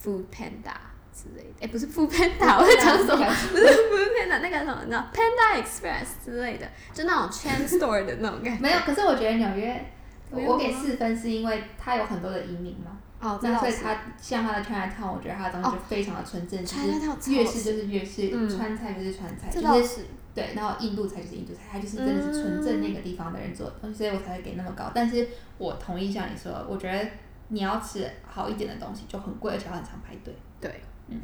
Speaker 2: Food Panda 之类的，哎，不是 Food Panda，我在讲什么？不是 Food Panda，那个什么，你知道 Panda Express 之类的，就那种 chain store 的那种感觉。
Speaker 1: 没有，可是我觉得纽约，我
Speaker 2: 没有
Speaker 1: 我给
Speaker 2: 吗
Speaker 1: 四分是因为它有很多的移民嘛，
Speaker 2: 哦，这
Speaker 1: 那
Speaker 2: 倒
Speaker 1: 所以
Speaker 2: 是。
Speaker 1: 它像它的 China Town，我觉得它的东西就非常的纯正，就
Speaker 2: Chinatown
Speaker 1: 是粤式就是粤式，
Speaker 2: 嗯
Speaker 1: 川菜就是川菜，
Speaker 2: 这
Speaker 1: 就
Speaker 2: 倒
Speaker 1: 是
Speaker 2: 是，
Speaker 1: 对，然后印度菜就是印度菜，它就是真的是纯正那个地方的人做的东西，所以我才会给那么高。但是我同意像你说的，我觉得你要吃好一点的东西就很贵，而且要很常排队。
Speaker 2: 对，
Speaker 1: 嗯，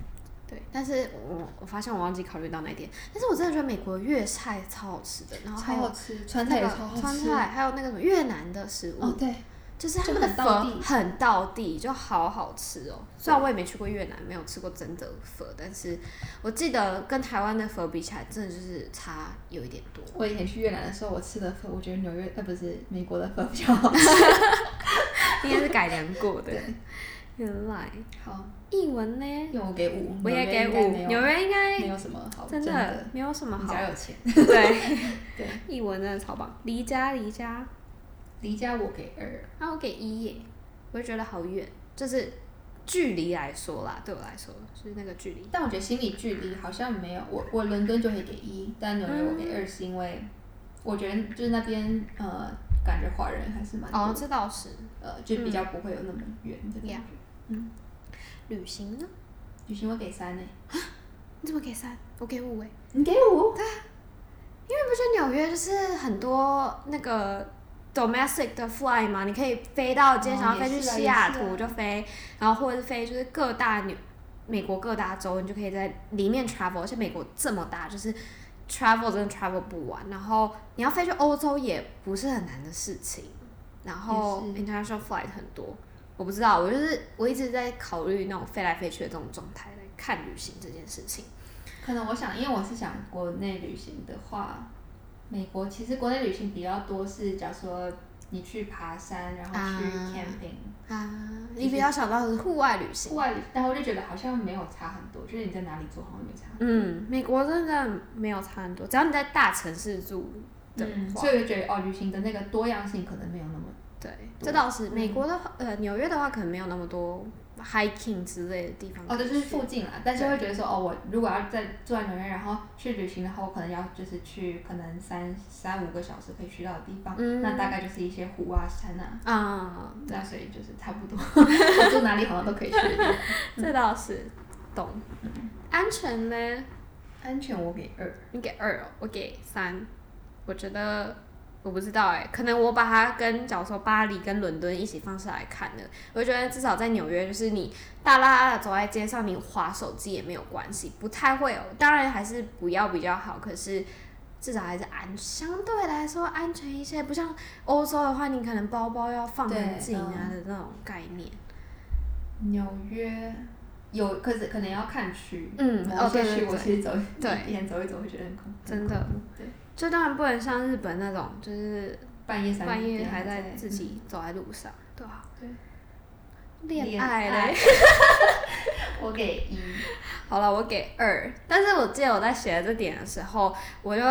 Speaker 2: 对。但是我我发现我忘记考虑到那一点，但是我真的觉得美国粤菜超好吃的，然后还有
Speaker 1: 吃，
Speaker 2: 那
Speaker 1: 川菜也
Speaker 2: 个
Speaker 1: 超好吃。
Speaker 2: 川菜，还有那个什么越南的食物，
Speaker 1: 哦，对，
Speaker 2: 就是他们的
Speaker 1: 就很道
Speaker 2: 粉
Speaker 1: 地
Speaker 2: 很道地，就好好吃哦。虽然我也没去过越南，没有吃过真的粉，但是我记得跟台湾的粉比起来，真的就是差有一点多。
Speaker 1: 我以前去越南的时候，我吃的粉，我觉得纽约呃不是美国的粉比较好吃。
Speaker 2: 应该是改良过的。
Speaker 1: 对
Speaker 2: 原来
Speaker 1: 好，
Speaker 2: 英文呢，
Speaker 1: 因为我给五，
Speaker 2: 我也给
Speaker 1: 纽约
Speaker 2: 五
Speaker 1: 应该，没
Speaker 2: 纽
Speaker 1: 有
Speaker 2: 约应该哎
Speaker 1: 没有什么好
Speaker 2: 真的
Speaker 1: 的，
Speaker 2: 没有什么
Speaker 1: 你
Speaker 2: 好
Speaker 1: 只要有钱。
Speaker 2: 对，
Speaker 1: 对，
Speaker 2: 译文真的超棒。离家离家，
Speaker 1: 离家我给二，
Speaker 2: 啊那我给一耶，我就觉得好远，就是距离来说啦，对我来说就是那个距离。
Speaker 1: 但我觉得心理距离好像没有我，我伦敦就会给一，但纽约我给
Speaker 2: 嗯
Speaker 1: 二是因为我觉得就是那边呃感觉华人还是蛮多
Speaker 2: 哦，
Speaker 1: 的，
Speaker 2: 这倒是。
Speaker 1: 呃就比较不会有那么远的感觉
Speaker 2: Yeah。旅行呢？
Speaker 1: 旅行我给三呢，
Speaker 2: 你怎么给三？我给五哎，
Speaker 1: 你给五？
Speaker 2: 因为不是纽约就是很多那个 domestic 的 fly 嘛，你可以飞到今天
Speaker 1: 哦
Speaker 2: 想要飞去
Speaker 1: 也是啊
Speaker 2: 西雅
Speaker 1: 也是
Speaker 2: 图
Speaker 1: 啊
Speaker 2: 就飞，然后或者是飞就是各大纽美国各大洲，你就可以在里面 travel，而且美国这么大，就是 travel 真的 travel 不完。然后你要飞去欧洲也不是很难的事情，然后
Speaker 1: 也是
Speaker 2: international flight 很多。我不知道，我就是我一直在考虑那种飞来飞去的这种状态来看旅行这件事情。
Speaker 1: 可能我想，因为我是想国内旅行的话，美国其实国内旅行比较多是，假如说你去爬山，然后去
Speaker 2: 啊
Speaker 1: camping，、
Speaker 2: 啊，你比较想到的是户外旅行
Speaker 1: 户。外旅，但我就觉得好像没有差很多，就是你在哪里做好像没差。
Speaker 2: 嗯，美国真的没有差很多，只要你在大城市住，的
Speaker 1: 嗯，
Speaker 2: 话，
Speaker 1: 所以我就觉得哦，旅行的那个多样性可能没有那么
Speaker 2: 对，
Speaker 1: 多
Speaker 2: 这倒是美国的
Speaker 1: 嗯
Speaker 2: 话呃纽约的话，可能没有那么多 hiking 之类的地方可
Speaker 1: 哦，
Speaker 2: 以去。
Speaker 1: 对，就是附近啦，但是会觉得说哦，我如果要在住在纽约，然后去旅行的话，我可能要就是去可能三三五个小时可以去到的地方，
Speaker 2: 嗯
Speaker 1: 那大概就是一些湖啊山啊，
Speaker 2: 啊、
Speaker 1: 那所以就是差不多， 我住哪里好像都可以去的地方。
Speaker 2: 这倒是懂。
Speaker 1: 嗯
Speaker 2: 安全呢？
Speaker 1: 安全我给二，
Speaker 2: 你给二、哦，我给三。我觉得我不知道哎，可能我把它跟假如说巴黎跟伦敦一起放下来看的，我觉得至少在纽约，就是你大拉拉的走在街上，你划手机也没有关系，不太会有。当然还是不要比较好，可是。至少还是安，相对来说安全一些，不像欧洲的话，你可能包包要放
Speaker 1: 对
Speaker 2: 很紧啊
Speaker 1: 嗯
Speaker 2: 的那种概念。
Speaker 1: 纽约有，可是可能要看区，
Speaker 2: 嗯
Speaker 1: 某
Speaker 2: 哦
Speaker 1: 些
Speaker 2: 对
Speaker 1: 区
Speaker 2: 对
Speaker 1: 我其实走
Speaker 2: 对
Speaker 1: 一天走一走会觉得很恐怖，
Speaker 2: 真的
Speaker 1: 很恐怖，对，
Speaker 2: 就当然不能像日本那种，就是
Speaker 1: 半夜三
Speaker 2: 半夜
Speaker 1: 点嗯
Speaker 2: 还在自己走在路上，对啊，恋
Speaker 1: 恋
Speaker 2: 爱 嘞。
Speaker 1: 我给一，
Speaker 2: 好了，我给二，但是我记得我在写这点的时候，我就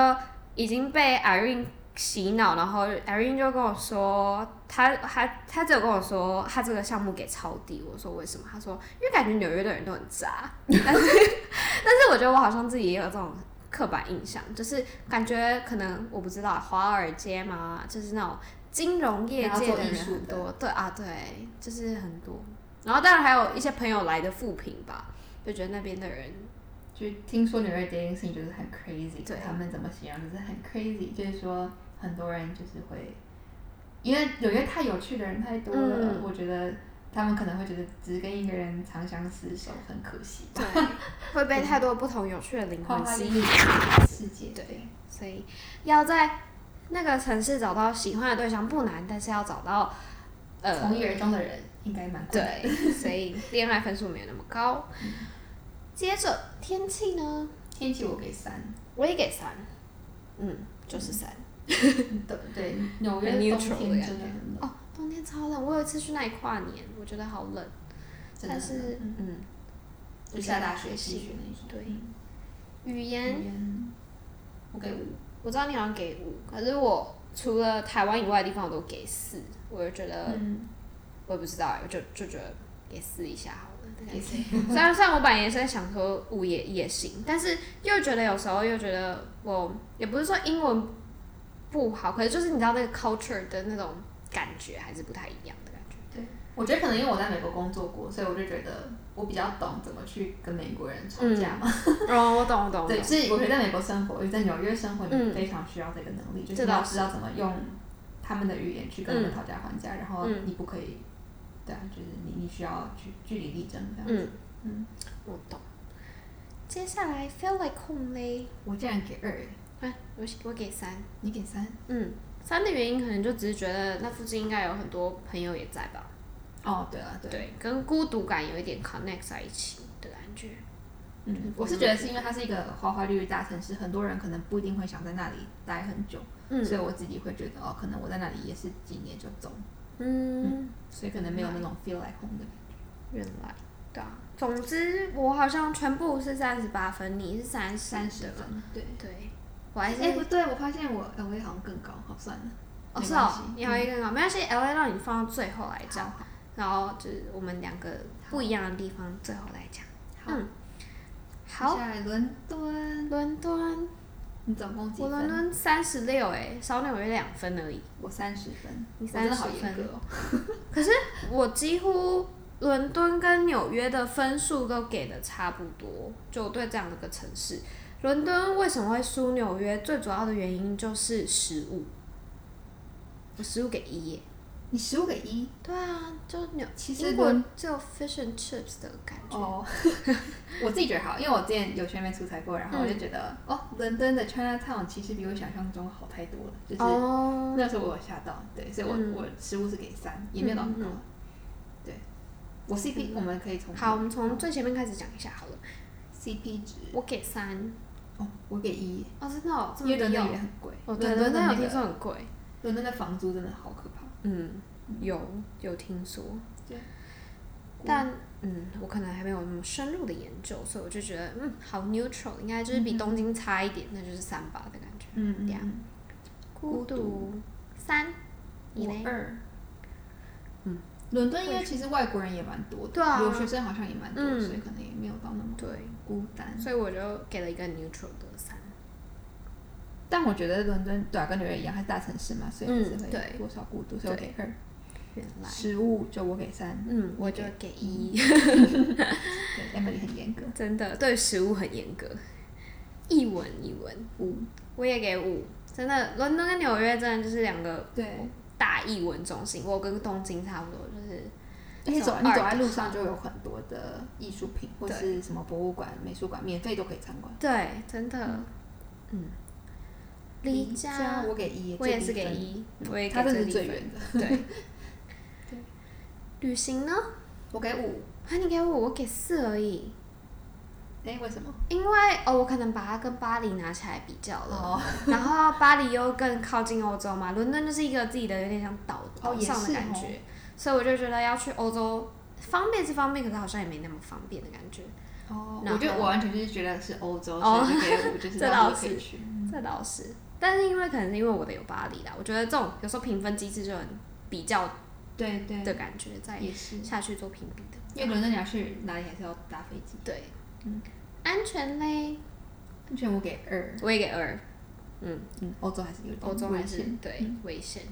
Speaker 2: 已经被 Irene 洗脑，然后 Irene 就跟我说，他他他只有跟我说他这个项目给超低，我说为什么？他说因为感觉纽约的人都很渣，但是但是我觉得我好像自己也有这种。刻板印象就是感觉可能我不知道华尔街嘛，就是那种金融业界的人很
Speaker 1: 然后
Speaker 2: 多，对啊，对，就是很多。然后当然还有一些朋友来的复评吧，就觉得那边的人，
Speaker 1: 就听说纽约 dating scene 就是很 crazy，
Speaker 2: 对
Speaker 1: 他们怎么形容就是很 crazy，就是说很多人就是会，因为纽约太有趣的人太多了，
Speaker 2: 嗯
Speaker 1: 我觉得他们可能会觉得只是跟一个人长相厮守很可惜，
Speaker 2: 对， 会被太多不同有趣的灵
Speaker 1: 花
Speaker 2: 魂
Speaker 1: 花
Speaker 2: 吸
Speaker 1: 绿
Speaker 2: 引，
Speaker 1: 绿的世界，
Speaker 2: 对所以要在那个城市找到喜欢的对象不难，但是要找到，
Speaker 1: 从
Speaker 2: 呃，
Speaker 1: 一而终的人应该蛮困难的
Speaker 2: 对，所以恋爱分数没有那么高。接着天气呢，
Speaker 1: 天气我给三，
Speaker 2: 我也给三，嗯，就是三。
Speaker 1: 对对，纽约
Speaker 2: 很
Speaker 1: 冬
Speaker 2: neutral 的
Speaker 1: 天
Speaker 2: 感
Speaker 1: 真的很冷，
Speaker 2: 哦，冬天超冷，我有一次去那里跨年，我觉得好冷，但
Speaker 1: 真的很
Speaker 2: 是
Speaker 1: 冷，
Speaker 2: 嗯，
Speaker 1: 就下大雪、细雪那种。
Speaker 2: 对，语言
Speaker 1: 嗯，我给五。
Speaker 2: 我知道你好像给五，可是我除了台湾以外的地方我都给四，我就觉得、
Speaker 1: 嗯，
Speaker 2: 我也不知道欸，我就就觉得给四一下好了。
Speaker 1: 也是。
Speaker 2: 虽然虽然我本来也是在想说五也也行，但是又觉得有时候又觉得我也不是说英文不好，可是就是你知道那个 culture 的那种感觉还是不太一样的感觉。
Speaker 1: 我觉得可能因为我在美国工作过，所以我就觉得我比较懂怎么去跟美国人吵架嘛。
Speaker 2: 哦，我懂，我懂，我
Speaker 1: 对，
Speaker 2: 懂。
Speaker 1: 所以我觉得在美国生活，尤其在纽约生活，你
Speaker 2: 嗯
Speaker 1: 非常需要这个能力，就是
Speaker 2: 这
Speaker 1: 你
Speaker 2: 倒
Speaker 1: 要知道怎么用他们的语言去跟他们讨价还价，然后
Speaker 2: 嗯
Speaker 1: 你不可以，对啊，就是你你需要去据理力争这样。
Speaker 2: 嗯
Speaker 1: 嗯，
Speaker 2: 我懂。接下来 feel like home 嘞，
Speaker 1: 我竟然给二耶，
Speaker 2: 啊，我我给三。
Speaker 1: 你给三。
Speaker 2: 嗯，三的原因可能就只是觉得那附近应该有很多朋友也在吧，
Speaker 1: 哦，对了，对，
Speaker 2: 对，跟孤独感有一点 connect 在一起的感觉。
Speaker 1: 嗯，我是觉得是因为它是一个花花绿绿大城市，很多人可能不一定会想在那里待很久，
Speaker 2: 嗯
Speaker 1: 所以我自己会觉得哦，可能我在那里也是几年就走，
Speaker 2: 嗯，
Speaker 1: 所以可能没有那种 feel like home 的感觉。
Speaker 2: 原来对啊。总之，我好像全部是三十八分，你是三
Speaker 1: 三十
Speaker 2: 分，
Speaker 1: 分，对。
Speaker 2: 对，我还是、
Speaker 1: 哎、不对，我发现我 L A 好像更高，好算了。
Speaker 2: 哦
Speaker 1: 没
Speaker 2: 是
Speaker 1: 关
Speaker 2: 哦
Speaker 1: 系，
Speaker 2: 你还有一个好，没关系，L A 让你放到最后来讲
Speaker 1: 好，好
Speaker 2: 然后就是我们两个不一样的地方最后来讲。
Speaker 1: 好
Speaker 2: 嗯，好，
Speaker 1: 接下来伦敦，
Speaker 2: 伦敦，
Speaker 1: 你总共几
Speaker 2: 我伦
Speaker 1: 分？
Speaker 2: 敦三十六，哎，少纽约两分而已。
Speaker 1: 我三十分，
Speaker 2: 你
Speaker 1: 我真的好
Speaker 2: 30
Speaker 1: 严格哦。
Speaker 2: 可是我几乎伦敦跟纽约的分数都给的差不多，就我对这样的一个城市，伦敦为什么会输纽约？最主要的原因就是食物，我食物给一耶。
Speaker 1: 你十五给一
Speaker 2: 对啊，就纽
Speaker 1: 其实
Speaker 2: 英国
Speaker 1: 伦
Speaker 2: 只有 fish and chips 的感觉。
Speaker 1: 哦， 我自己觉得好，因为我之前有去那边出差过，然
Speaker 2: 嗯
Speaker 1: 后我就觉得、哦，伦敦的 Chinatown 其实比我想象中好太多了，就是、
Speaker 2: 哦，
Speaker 1: 那时候我有吓到，对，所以我、
Speaker 2: 嗯
Speaker 1: 我失误是给三，也没有到很高，
Speaker 2: 嗯嗯嗯
Speaker 1: 对，我 CP、我们可以从
Speaker 2: 好，我们从最前面开始讲一下好了。
Speaker 1: CP 值，
Speaker 2: 我给三，
Speaker 1: 哦，我给一，
Speaker 2: 哦，真的哦，这么
Speaker 1: 因为伦
Speaker 2: 低
Speaker 1: 敦
Speaker 2: 哦
Speaker 1: 也。很贵，
Speaker 2: 哦，
Speaker 1: 伦
Speaker 2: 对，
Speaker 1: 敦
Speaker 2: 伦
Speaker 1: 的
Speaker 2: 敦有
Speaker 1: 那
Speaker 2: 听
Speaker 1: 个
Speaker 2: 说很贵。
Speaker 1: 伦敦的房租真的好可怕，
Speaker 2: 嗯，有有听说，
Speaker 1: 对，
Speaker 2: 但嗯，我可能还没有那么深入的研究，所以我就觉得嗯，好 neutral，应该就是比东京差一点，那就是三八的感觉。
Speaker 1: 嗯
Speaker 2: 对啊孤独三，你
Speaker 1: 我
Speaker 2: 嘞？
Speaker 1: 二。嗯，伦敦因为其实外国人也蛮多的，
Speaker 2: 对啊
Speaker 1: 留学生好像也蛮多的，
Speaker 2: 嗯
Speaker 1: 所以可能也没有到那么
Speaker 2: 对，
Speaker 1: 孤单。
Speaker 2: 所以我就给了一个 neutral 的三。
Speaker 1: 但我觉得伦敦对啊，跟纽约一样，它是大城市嘛，所以还
Speaker 2: 嗯
Speaker 1: 是
Speaker 2: 对
Speaker 1: 会多少孤独，所以我给二。
Speaker 2: 原来，
Speaker 1: 食物就我给三，
Speaker 2: 嗯，
Speaker 1: 你
Speaker 2: 我就给
Speaker 1: 给
Speaker 2: 一。
Speaker 1: 对，Emily 很严格，
Speaker 2: 真的对食物很严格，一文一文，
Speaker 1: 五。
Speaker 2: 我也给五。真的，伦敦跟纽约真的就是两个
Speaker 1: 对，
Speaker 2: 大译文中心，我跟东京差不多，就是
Speaker 1: 而且走
Speaker 2: 走
Speaker 1: 你
Speaker 2: 二
Speaker 1: 走在路
Speaker 2: 的
Speaker 1: 上就有很多的艺术品或
Speaker 2: 对
Speaker 1: 是什么博物馆、美术馆，免费都可以参观。
Speaker 2: 对，真的，嗯，离家
Speaker 1: 我给一，
Speaker 2: 我也是
Speaker 1: 最低
Speaker 2: 给
Speaker 1: 分，
Speaker 2: 一，我也
Speaker 1: 它
Speaker 2: 给
Speaker 1: 真
Speaker 2: 最低
Speaker 1: 的是最
Speaker 2: 分，
Speaker 1: 远的，
Speaker 2: 对。旅行呢？
Speaker 1: 我给五。
Speaker 2: 啊，你给我，我给四而已，
Speaker 1: 哎，为什么？
Speaker 2: 因为哦，我可能把它跟巴黎拿起来比较了，
Speaker 1: 哦
Speaker 2: 然后巴黎又更靠近欧洲嘛，伦敦就是一个自己的有点像岛岛
Speaker 1: 哦也
Speaker 2: 上
Speaker 1: 是
Speaker 2: 的感觉，所以我就觉得要去欧洲方便是方便，可是好像也没那么方便的感觉。
Speaker 1: 哦，
Speaker 2: 然
Speaker 1: 我就
Speaker 2: 后
Speaker 1: 我完全就是觉得是欧洲，
Speaker 2: 哦
Speaker 1: 所以就给五，就是
Speaker 2: 这
Speaker 1: 到
Speaker 2: 倒
Speaker 1: 处都可以去。
Speaker 2: 这倒是，但是因为可能是因为我的有巴黎啦，我觉得这种有时候评分机制就很比较
Speaker 1: 对对，
Speaker 2: 的感觉，在
Speaker 1: 也是，
Speaker 2: 下去做评比的。
Speaker 1: 因为伦敦你要去哪里还是要搭飞机。
Speaker 2: 对，嗯安全嘞，
Speaker 1: 安全我给二，
Speaker 2: 我也给二，嗯，
Speaker 1: 嗯，欧洲还是有点
Speaker 2: 欧洲还是
Speaker 1: 危险
Speaker 2: 对危险，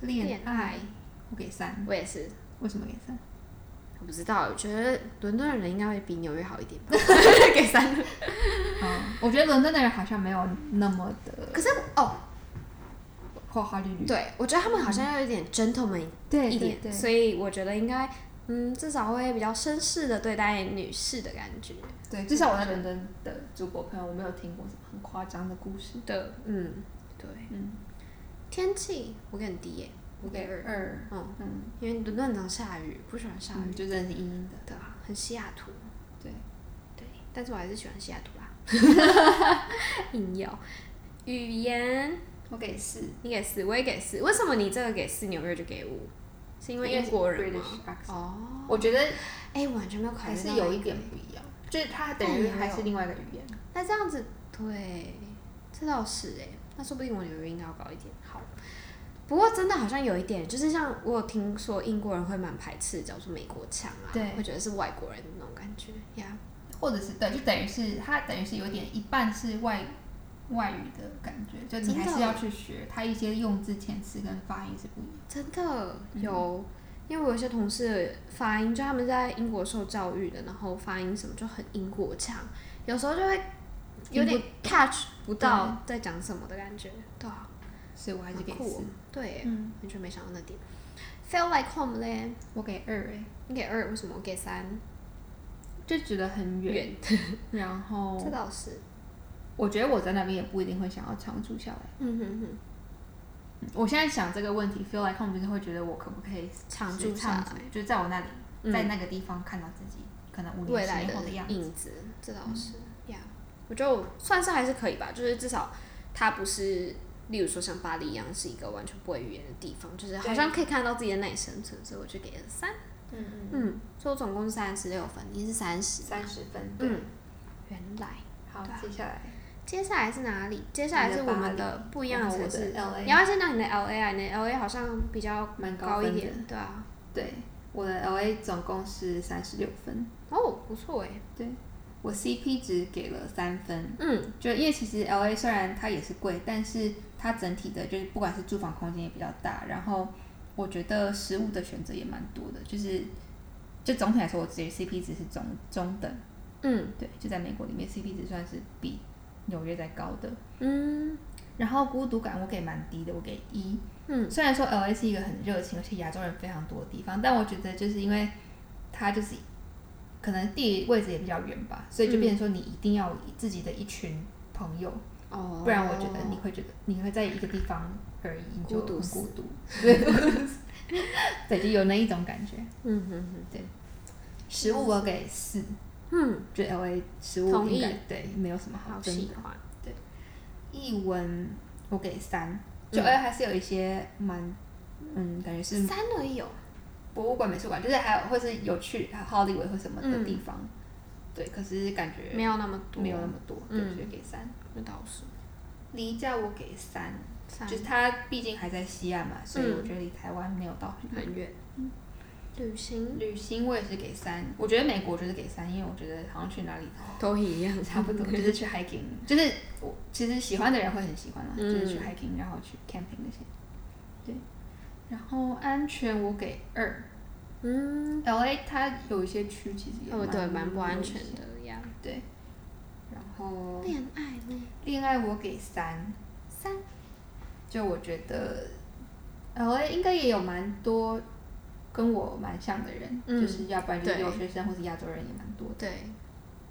Speaker 2: 嗯
Speaker 1: 恋
Speaker 2: 恋
Speaker 1: 爱，我给三，
Speaker 2: 嗯我也是。
Speaker 1: 为什么给三？
Speaker 2: 我不知道，我觉得伦敦的人应该会比纽约好一点吧， 给三
Speaker 1: 嗯，我觉得伦敦的人好像没有那么的
Speaker 2: 可是哦，
Speaker 1: 花花绿绿，
Speaker 2: 对，我觉得他们好像要有一点 gentleman
Speaker 1: 对
Speaker 2: 一
Speaker 1: 对
Speaker 2: 点，
Speaker 1: 对
Speaker 2: 所以我觉得应该，嗯，至少会比较绅士的对待女士的感觉
Speaker 1: 对，至少我在伦敦的中国朋友，我没有听过什么很夸张的故事。
Speaker 2: 的，嗯，对，
Speaker 1: 嗯，
Speaker 2: 天气我给很低耶，我给二，
Speaker 1: 二，
Speaker 2: 嗯，
Speaker 1: 嗯，
Speaker 2: 因为伦敦很常下雨，不喜欢下雨，
Speaker 1: 嗯，就真的是阴阴的，
Speaker 2: 对啊，很西雅图，
Speaker 1: 对，
Speaker 2: 对，但是我还是喜欢西雅图啦， 硬要。语言，
Speaker 1: 我给四，
Speaker 2: 你给四，我也给四。为什么你这个给四，纽约就给五？是因为英国人吗？
Speaker 1: British accent
Speaker 2: 哦，
Speaker 1: 我觉得
Speaker 2: 哎、完全没有考虑
Speaker 1: 还
Speaker 2: 到
Speaker 1: 是
Speaker 2: 那
Speaker 1: 有
Speaker 2: 个
Speaker 1: 一点
Speaker 2: 耶
Speaker 1: 不一样，就是它等于还是另外一个语言。
Speaker 2: 那这样子，对，这倒是哎、那说不定我纽约应该要高一点。好，不过真的好像有一点，就是像我有听说英国人会蛮排斥叫做美国腔啊，
Speaker 1: 对
Speaker 2: 会觉得是外国人的那种感觉呀。
Speaker 1: 或者是对，就等于是它等于是有点一半是外外语的哦感觉，就你
Speaker 2: 真的
Speaker 1: 还是要去学它一些用字遣词跟发音是不一样。
Speaker 2: 真的
Speaker 1: 嗯
Speaker 2: 有，因为我有些同事发音，就他们在英国受教育的，然后发音什么就很英国腔，有时候就会有点 catch 不到在讲什么的感觉，对啊，
Speaker 1: 所以我还是给
Speaker 2: 好酷哦
Speaker 1: 四，
Speaker 2: 对耶，
Speaker 1: 嗯，
Speaker 2: 完全没想到那点。Feel like home 嘞，
Speaker 1: 我给二哎，
Speaker 2: 你给二，为什么我给三？
Speaker 1: 就觉得很远，哦
Speaker 2: 远，
Speaker 1: 然后
Speaker 2: 这倒是。
Speaker 1: 我觉得我在那边也不一定会想要常住下来。
Speaker 2: 嗯哼哼，
Speaker 1: 嗯我现在想这个问题，feel like home 就是会觉得我可不可以
Speaker 2: 常
Speaker 1: 是
Speaker 2: 住下
Speaker 1: 常住，就在我那里，
Speaker 2: 嗯
Speaker 1: 在那个地方看到自己可能五年、
Speaker 2: 未
Speaker 1: 十
Speaker 2: 来
Speaker 1: 年后
Speaker 2: 的
Speaker 1: 的样子。
Speaker 2: 影子，这倒是呀。我觉得我算是还是可以吧，就是至少它不是，例如说像巴黎一样是一个完全不会语言的地方，就是好
Speaker 1: 对
Speaker 2: 像可以看到自己的内生存，所以我就给了三。
Speaker 1: 嗯嗯，
Speaker 2: 嗯，所以我总共是三十六分，你是三十。
Speaker 1: 三十分。对，
Speaker 2: 嗯，原来
Speaker 1: 好
Speaker 2: 对啊，
Speaker 1: 接下来
Speaker 2: 接下来是哪里？接下来是我们的不一样的
Speaker 1: 我
Speaker 2: 城
Speaker 1: 的
Speaker 2: 市。
Speaker 1: L
Speaker 2: 你
Speaker 1: A
Speaker 2: 要先讲你的 L A 啊，你的 L A 好像比较
Speaker 1: 蛮高
Speaker 2: 高一
Speaker 1: 分的
Speaker 2: 点，对啊。
Speaker 1: 对，我的 L A 总共是三十六分，
Speaker 2: 哦，不错哎。
Speaker 1: 我 C P 值给了三分。
Speaker 2: 嗯，
Speaker 1: 就因为其实 L A 虽然它也是贵，但是它整体的就是不管是住房空间也比较大，然后我觉得食物的选择也蛮多的，就是就总体来说，我觉得 C P 值是中中等。
Speaker 2: 嗯
Speaker 1: 对，就在美国里面 C P 值算是比纽约在高的。
Speaker 2: 嗯
Speaker 1: 然后孤独感我给蛮低的，我给一。
Speaker 2: 嗯，
Speaker 1: 虽然说 L A 是一个很热情而且亚洲人非常多的地方，但我觉得就是因为它就是可能地理位置也比较远吧，所
Speaker 2: 嗯
Speaker 1: 以就变成说你一定要有自己的一群朋友，
Speaker 2: 哦，
Speaker 1: 不然我觉得你会觉得你会在一个地方而已，你就
Speaker 2: 孤独
Speaker 1: 很
Speaker 2: 死
Speaker 1: 孤独。对，孤独死对，就有那一种感觉。
Speaker 2: 嗯哼哼，
Speaker 1: 食物我给四，
Speaker 2: 嗯，
Speaker 1: 就 L A 食物
Speaker 2: 同意
Speaker 1: 应该对没有什么好
Speaker 2: 好
Speaker 1: 争
Speaker 2: 喜欢，
Speaker 1: 译文我给三，就 L A 还是有一些蛮嗯，感觉是
Speaker 2: 三而已哦，
Speaker 1: 博物馆、美术馆，就是还有或是有去好利维或什么的地方，对，可是感觉
Speaker 2: 没有那么多，
Speaker 1: 没有那么多，对，
Speaker 2: 嗯
Speaker 1: 所以给三。
Speaker 2: 那倒是，
Speaker 1: 离家我给三，
Speaker 2: 上
Speaker 1: 就是它毕竟还在西岸嘛，所以
Speaker 2: 嗯
Speaker 1: 我觉得离台湾没有到很远。
Speaker 2: 很远。旅行
Speaker 1: 旅行我也是给三，我觉得美国就是给三，因为我觉得好像去哪里都
Speaker 2: 都一样，
Speaker 1: 差不多，就是去 hiking，就是我其实喜欢的人会很喜欢啦，
Speaker 2: 嗯
Speaker 1: 就是去 hiking，然后去 camping 那些。对，然后安全我给二
Speaker 2: 嗯，
Speaker 1: ，L A 它有一些区其实也
Speaker 2: 哦，对，蛮不安全
Speaker 1: 危险。
Speaker 2: 的呀。
Speaker 1: 对，然后
Speaker 2: 恋爱呢？
Speaker 1: 恋爱我给三，
Speaker 2: 三，
Speaker 1: 就我觉得 L A 应该也有蛮多跟我蛮像的人，
Speaker 2: 嗯
Speaker 1: 就是要不然就是
Speaker 2: 对
Speaker 1: 留学生或是亚洲人也蛮多的。
Speaker 2: 对，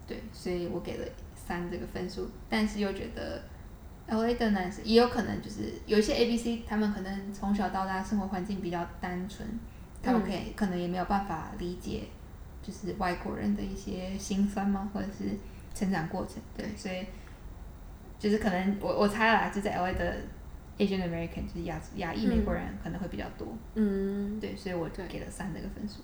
Speaker 1: 对，所以我给了三这个分数，但是又觉得 L A 的男生也有可能就是有一些 A B C，他们可能从小到大生活环境比较单纯，他
Speaker 2: 嗯
Speaker 1: 们可以、可能也没有办法理解就是外国人的一些辛酸嘛，或者是成长过程，对，所以就是可能我我猜啦，就在 L A 的 Asian American 就是亚亚裔美国人可能会比较多，
Speaker 2: 嗯，
Speaker 1: 对，所以我就
Speaker 2: 对
Speaker 1: 给了三这个分数。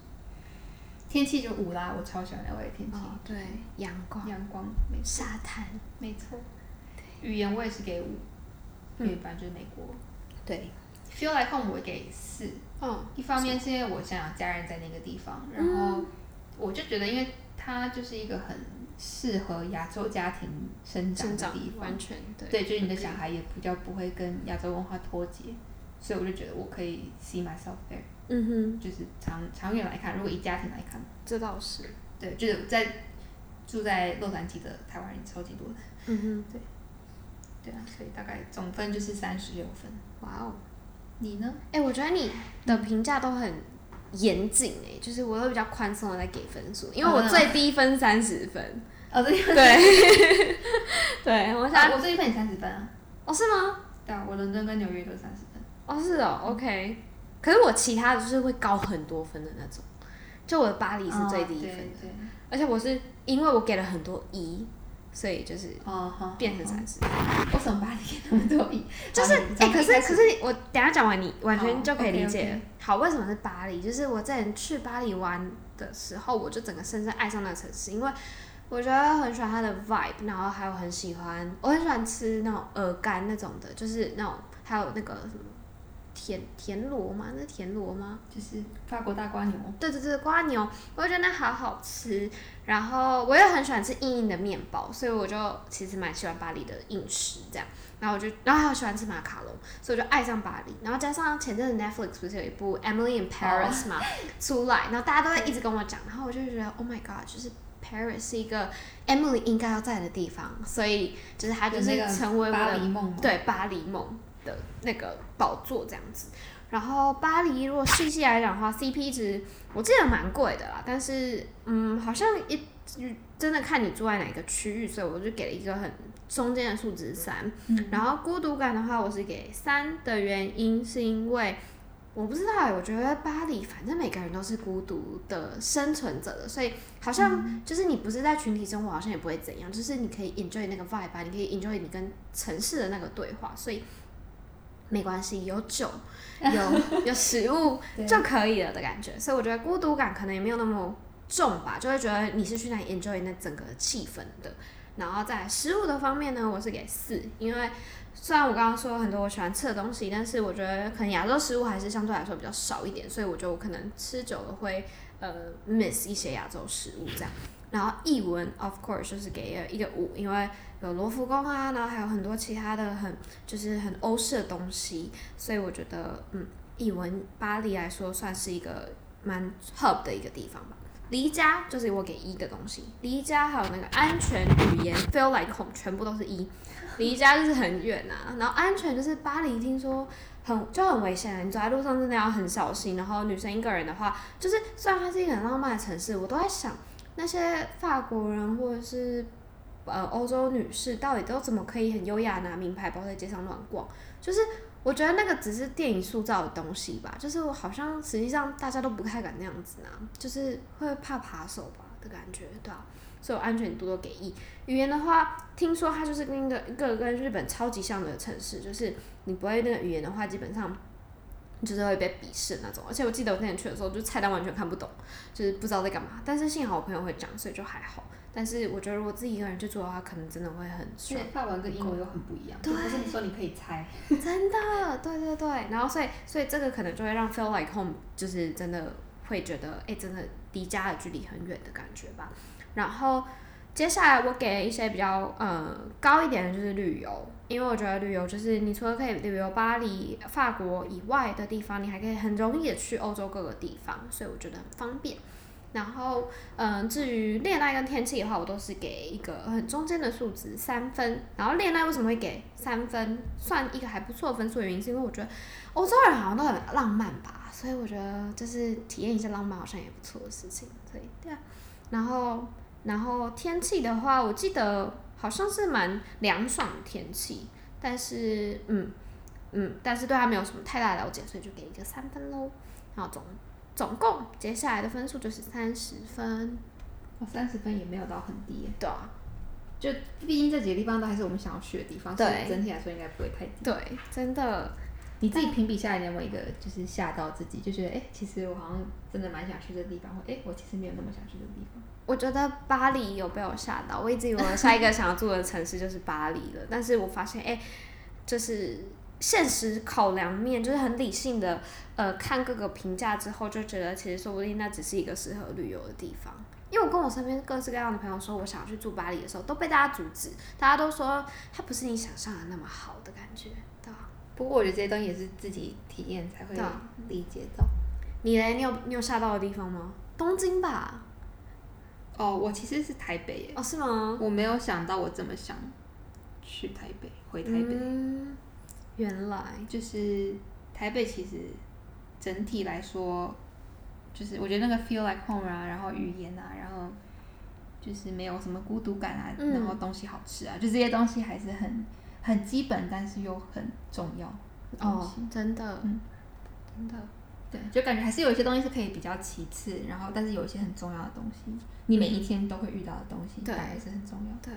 Speaker 1: 天气就五啦，我超喜欢 L A 天气。
Speaker 2: 哦，对，阳光、
Speaker 1: 阳光，没错
Speaker 2: 沙滩，
Speaker 1: 没错，语言我也是给五，因
Speaker 2: 嗯
Speaker 1: 为反正就是美国。
Speaker 2: 对，
Speaker 1: Feel like home 我给四，
Speaker 2: 哦，
Speaker 1: 一方面是因为我想要家人在那个地方，然后我就觉得，因为它就是一个很适合亚洲家庭生长
Speaker 2: 生
Speaker 1: 的
Speaker 2: 长
Speaker 1: 地方
Speaker 2: 完，全对，
Speaker 1: 对，就是你的小孩也比较不会跟亚洲文化脱节，所以我就觉得我可以 see myself there，
Speaker 2: 嗯哼，
Speaker 1: 就是长长远来看，如果以家庭来看，
Speaker 2: 这倒是，
Speaker 1: 对，就是在住在洛杉矶的台湾人超级多的。
Speaker 2: 嗯
Speaker 1: 对啊，所以大概总分就是三十六分。
Speaker 2: 哼，哇哦。
Speaker 1: 你呢？
Speaker 2: 哎、我觉得你的评价都很严谨哎，就是我都比较宽松的在给分数，因为我
Speaker 1: 哦
Speaker 2: 最低分三十分，
Speaker 1: 哦，这
Speaker 2: 对， 对，我
Speaker 1: 我
Speaker 2: 想，
Speaker 1: 我这一份三十分啊。
Speaker 2: 哦是吗？
Speaker 1: 对啊，我伦敦跟纽约都三十分。
Speaker 2: 哦是哦，OK，可是我其他的就是会高很多分的那种，就我的巴黎是最低分的，
Speaker 1: 哦对对。
Speaker 2: 而且我是因为我给了很多一，所以就是
Speaker 1: 哦，好。
Speaker 2: 变成
Speaker 1: 好。
Speaker 2: 三十，
Speaker 1: 好为什么把你给那么多 亿？
Speaker 2: 就是
Speaker 1: 好你
Speaker 2: 哎、
Speaker 1: 从
Speaker 2: 可
Speaker 1: 一
Speaker 2: 是
Speaker 1: 开
Speaker 2: 可
Speaker 1: 始
Speaker 2: 是我等一下讲完你完
Speaker 1: 哦
Speaker 2: 全就可以理解了。
Speaker 1: ，OK，OK
Speaker 2: 好，为什么是巴黎？就是我之前去巴黎玩的时候，我就整个深深爱上那个城市，因为我觉得很喜欢它的 vibe，然后还有很喜欢，我很喜欢吃那种鹅肝那种的，就是那种还有那个什么田田螺吗？那是田螺吗？
Speaker 1: 就是法国大瓜牛。
Speaker 2: 对对对，瓜牛，我就觉得那好好吃。然后我也很喜欢吃硬硬的面包，所以我就其实蛮喜欢巴黎的饮食这样。然后我就，然后还有喜欢吃马卡龙，所以我就爱上巴黎。然后加上前阵子 Netflix 不是有一部《Emily in
Speaker 1: 哦
Speaker 2: Paris》嘛、出来，然后大家都会一直跟我讲，然后我就觉得 Oh my God，就是 Paris 是一个 Emily 应该要在的地方，所以就是它就
Speaker 1: 有那
Speaker 2: 是
Speaker 1: 个
Speaker 2: 成为我
Speaker 1: 巴
Speaker 2: 的
Speaker 1: 黎梦吗？
Speaker 2: 对巴黎梦的那个宝座这样子。然后巴黎如果细细来讲的话，CP 值我记得蛮贵的啦，但是嗯，好像一真的看你住在哪个区域，所以我就给了一个很中间的数值三。
Speaker 1: 嗯
Speaker 2: 然后孤独感的话，我是给三的原因是因为。我不知道欸我觉得巴黎，反正每个人都是孤独的生存者的，所以好
Speaker 1: 嗯
Speaker 2: 像就是你不是在群体生活，好像也不会怎样，就是你可以 enjoy 那个 vibe，啊你可以 enjoy 你跟城市的那个对话，所以没关系，有酒，有有食物
Speaker 1: 对
Speaker 2: 就可以了的感觉。所以我觉得孤独感可能也没有那么重吧，就会觉得你是去那里 enjoy 那整个气氛的。然后在食物的方面呢，我是给四，因为虽然我刚刚说很多我喜欢吃的东西，但是我觉得可能亚洲食物还是相对来说比较少一点，所以我觉得我可能吃久了会呃 miss 一些亚洲食物这样。然后译文 of course 就是给了一个五，因为有罗浮宫啊，然后还有很多其他的很就是很欧式的东西，所以我觉得嗯，译文巴黎来说算是一个蛮 hub 的一个地方吧。离家就是我给一的东西，离家还有那个安全语言 feel like home 全部都是一。离家就是很远啊，然后安全就是巴黎，听说很就很危险啊，你走在路上真的要很小心。然后女生一个人的话，就是虽然它是一个很浪漫的城市，我都在想那些法国人或者是呃欧洲女士到底都怎么可以很优雅地拿名牌包在街上乱逛，就是。我觉得那个只是电影塑造的东西吧，就是我好像实际上大家都不太敢那样子拿，就是会怕扒手吧的感觉，对啊，所以我安全度都给一。语言的话，听说它就是跟一个一个跟日本超级像的城市，就是你不会那个语言的话，基本上就是会被鄙视那种。而且我记得我之前去的时候，就菜单完全看不懂，就是不知道在干嘛。但是幸好我朋友会讲，所以就还好。但是我觉得如果自己一个人去做的话，可能真的会很
Speaker 1: 所
Speaker 2: 爽
Speaker 1: 以。法文跟英文又很不一样，就
Speaker 2: 对
Speaker 1: 不是说你可以猜。
Speaker 2: 真的，对对对，然后所以所以这个可能就会让 feel like home 就是真的会觉得，哎、真的离家的距离很远的感觉吧。然后接下来我给了一些比较呃高一点的就是旅游，因为我觉得旅游就是你除了可以旅游巴黎、法国以外的地方，你还可以很容易的去欧洲各个地方，所以我觉得很方便。然后，嗯，至于恋爱跟天气的话，我都是给一个很中间的数值三分。然后恋爱为什么会给三分，算一个还不错的分数？原因是因为我觉得欧洲人好像都很浪漫吧，所以我觉得就是体验一下浪漫好像也不错的事情。所以对啊，然后然后天气的话，我记得好像是蛮凉爽的天气，但是嗯嗯，但是对它没有什么太大了解，所以就给一个三分喽。然后总总共接下来的分数就是三十分，
Speaker 1: 我哦三十分也没有到很低耶，
Speaker 2: 对啊，
Speaker 1: 就毕竟这几个地方都还是我们想要去的地方，所
Speaker 2: 对
Speaker 1: 以整体来说应该不会太低。
Speaker 2: 对，真的，
Speaker 1: 你自己评比下来，你有没有一个就是吓到自己，就觉得哎、诶其实我好像真的蛮想去这地方，或哎、诶我其实没有那么想去这地方。
Speaker 2: 我觉得巴黎有被我吓到，我一直以为我下一个想要住的城市就是巴黎了，但是我发现，哎、就是现实考量面，就是很理性的，呃，看各个评价之后，就觉得其实说不定那只是一个适合旅游的地方。因为我跟我身边各式各样的朋友说，我想要去住巴黎的时候，都被大家阻止，大家都说它不是你想象的那么好的感觉，对吧、
Speaker 1: 不过我觉得这些东西也是自己体验才会
Speaker 2: 对啊
Speaker 1: 理解到。
Speaker 2: 你嘞，你有你有吓到的地方吗？东京吧？
Speaker 1: 哦，我其实是台北耶，
Speaker 2: 哦，是吗？
Speaker 1: 我没有想到我这么想去台北，回台北。
Speaker 2: 嗯、原来，
Speaker 1: 就是台北其实整体来说，就是我觉得那个 feel like home 啊，然后语言啊，然后就是没有什么孤独感啊，
Speaker 2: 嗯
Speaker 1: 然后东西好吃啊，就这些东西还是很很基本，但是又很重要的东
Speaker 2: 哦
Speaker 1: 西。，
Speaker 2: 真的，
Speaker 1: 嗯
Speaker 2: 真的，
Speaker 1: 对，就感觉还是有一些东西是可以比较其次，然后但是有一些很重要的东西，你每一天都会遇到的东西，
Speaker 2: 对
Speaker 1: 大概是很重要。
Speaker 2: 对，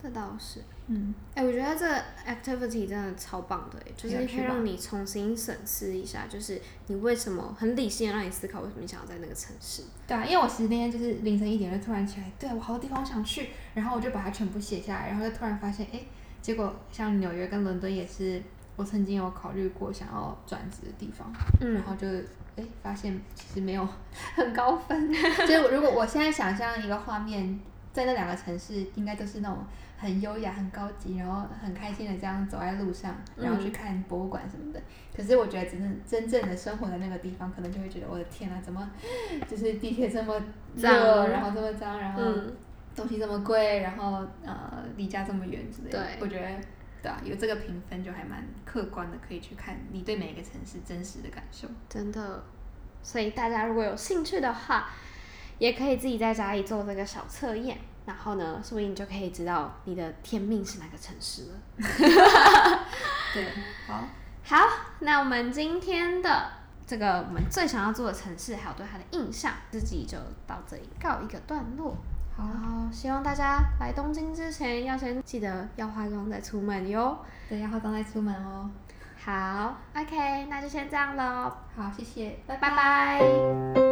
Speaker 2: 这倒是。
Speaker 1: 嗯，
Speaker 2: 哎、我觉得这个 activity 真的超棒的耶，就是
Speaker 1: 很有
Speaker 2: 可
Speaker 1: 趣
Speaker 2: 以
Speaker 1: 吧
Speaker 2: 让你重新审视一下，就是你为什么很理性的让你思考为什么你想要在那个城市。
Speaker 1: 对啊，因为我其实那天就是凌晨一点就突然起来，对我好多地方想去，然后我就把它全部写下来，然后就突然发现，哎，结果像纽约跟伦敦也是我曾经有考虑过想要转职的地方，
Speaker 2: 嗯，
Speaker 1: 然后就哎发现其实没有很高分， 所以我如果我现在想象一个画面，在那两个城市应该都是那种很优雅、很高级，然后很开心的这样走在路上，然后去看博物馆什么的。可是我觉得真正真正的生活在那个地方，可能就会觉得我的天啊，怎么就是地铁这么热，
Speaker 2: 脏
Speaker 1: 然后这么脏，然后
Speaker 2: 嗯，
Speaker 1: 东西这么贵，然后呃离家这么远之类的。
Speaker 2: 对
Speaker 1: 我觉得。对啊，有这个评分就还蛮客观的，可以去看你对每一个城市真实的感受。
Speaker 2: 真的。所以大家如果有兴趣的话，也可以自己在家里做这个小测验，然后呢，说不定你就可以知道你的天命是哪个城市了。
Speaker 1: 对，好，
Speaker 2: 好，那我们今天的这个我们最想要做的城市，还有对它的印象，自己就到这里告一个段落。
Speaker 1: 好
Speaker 2: 然后希望大家来东京之前，要先记得要化妆再出门哟。
Speaker 1: 对，要化妆再出门哦。
Speaker 2: 好，OK，那就先这样喽，
Speaker 1: 好，谢谢，拜拜。
Speaker 2: 拜拜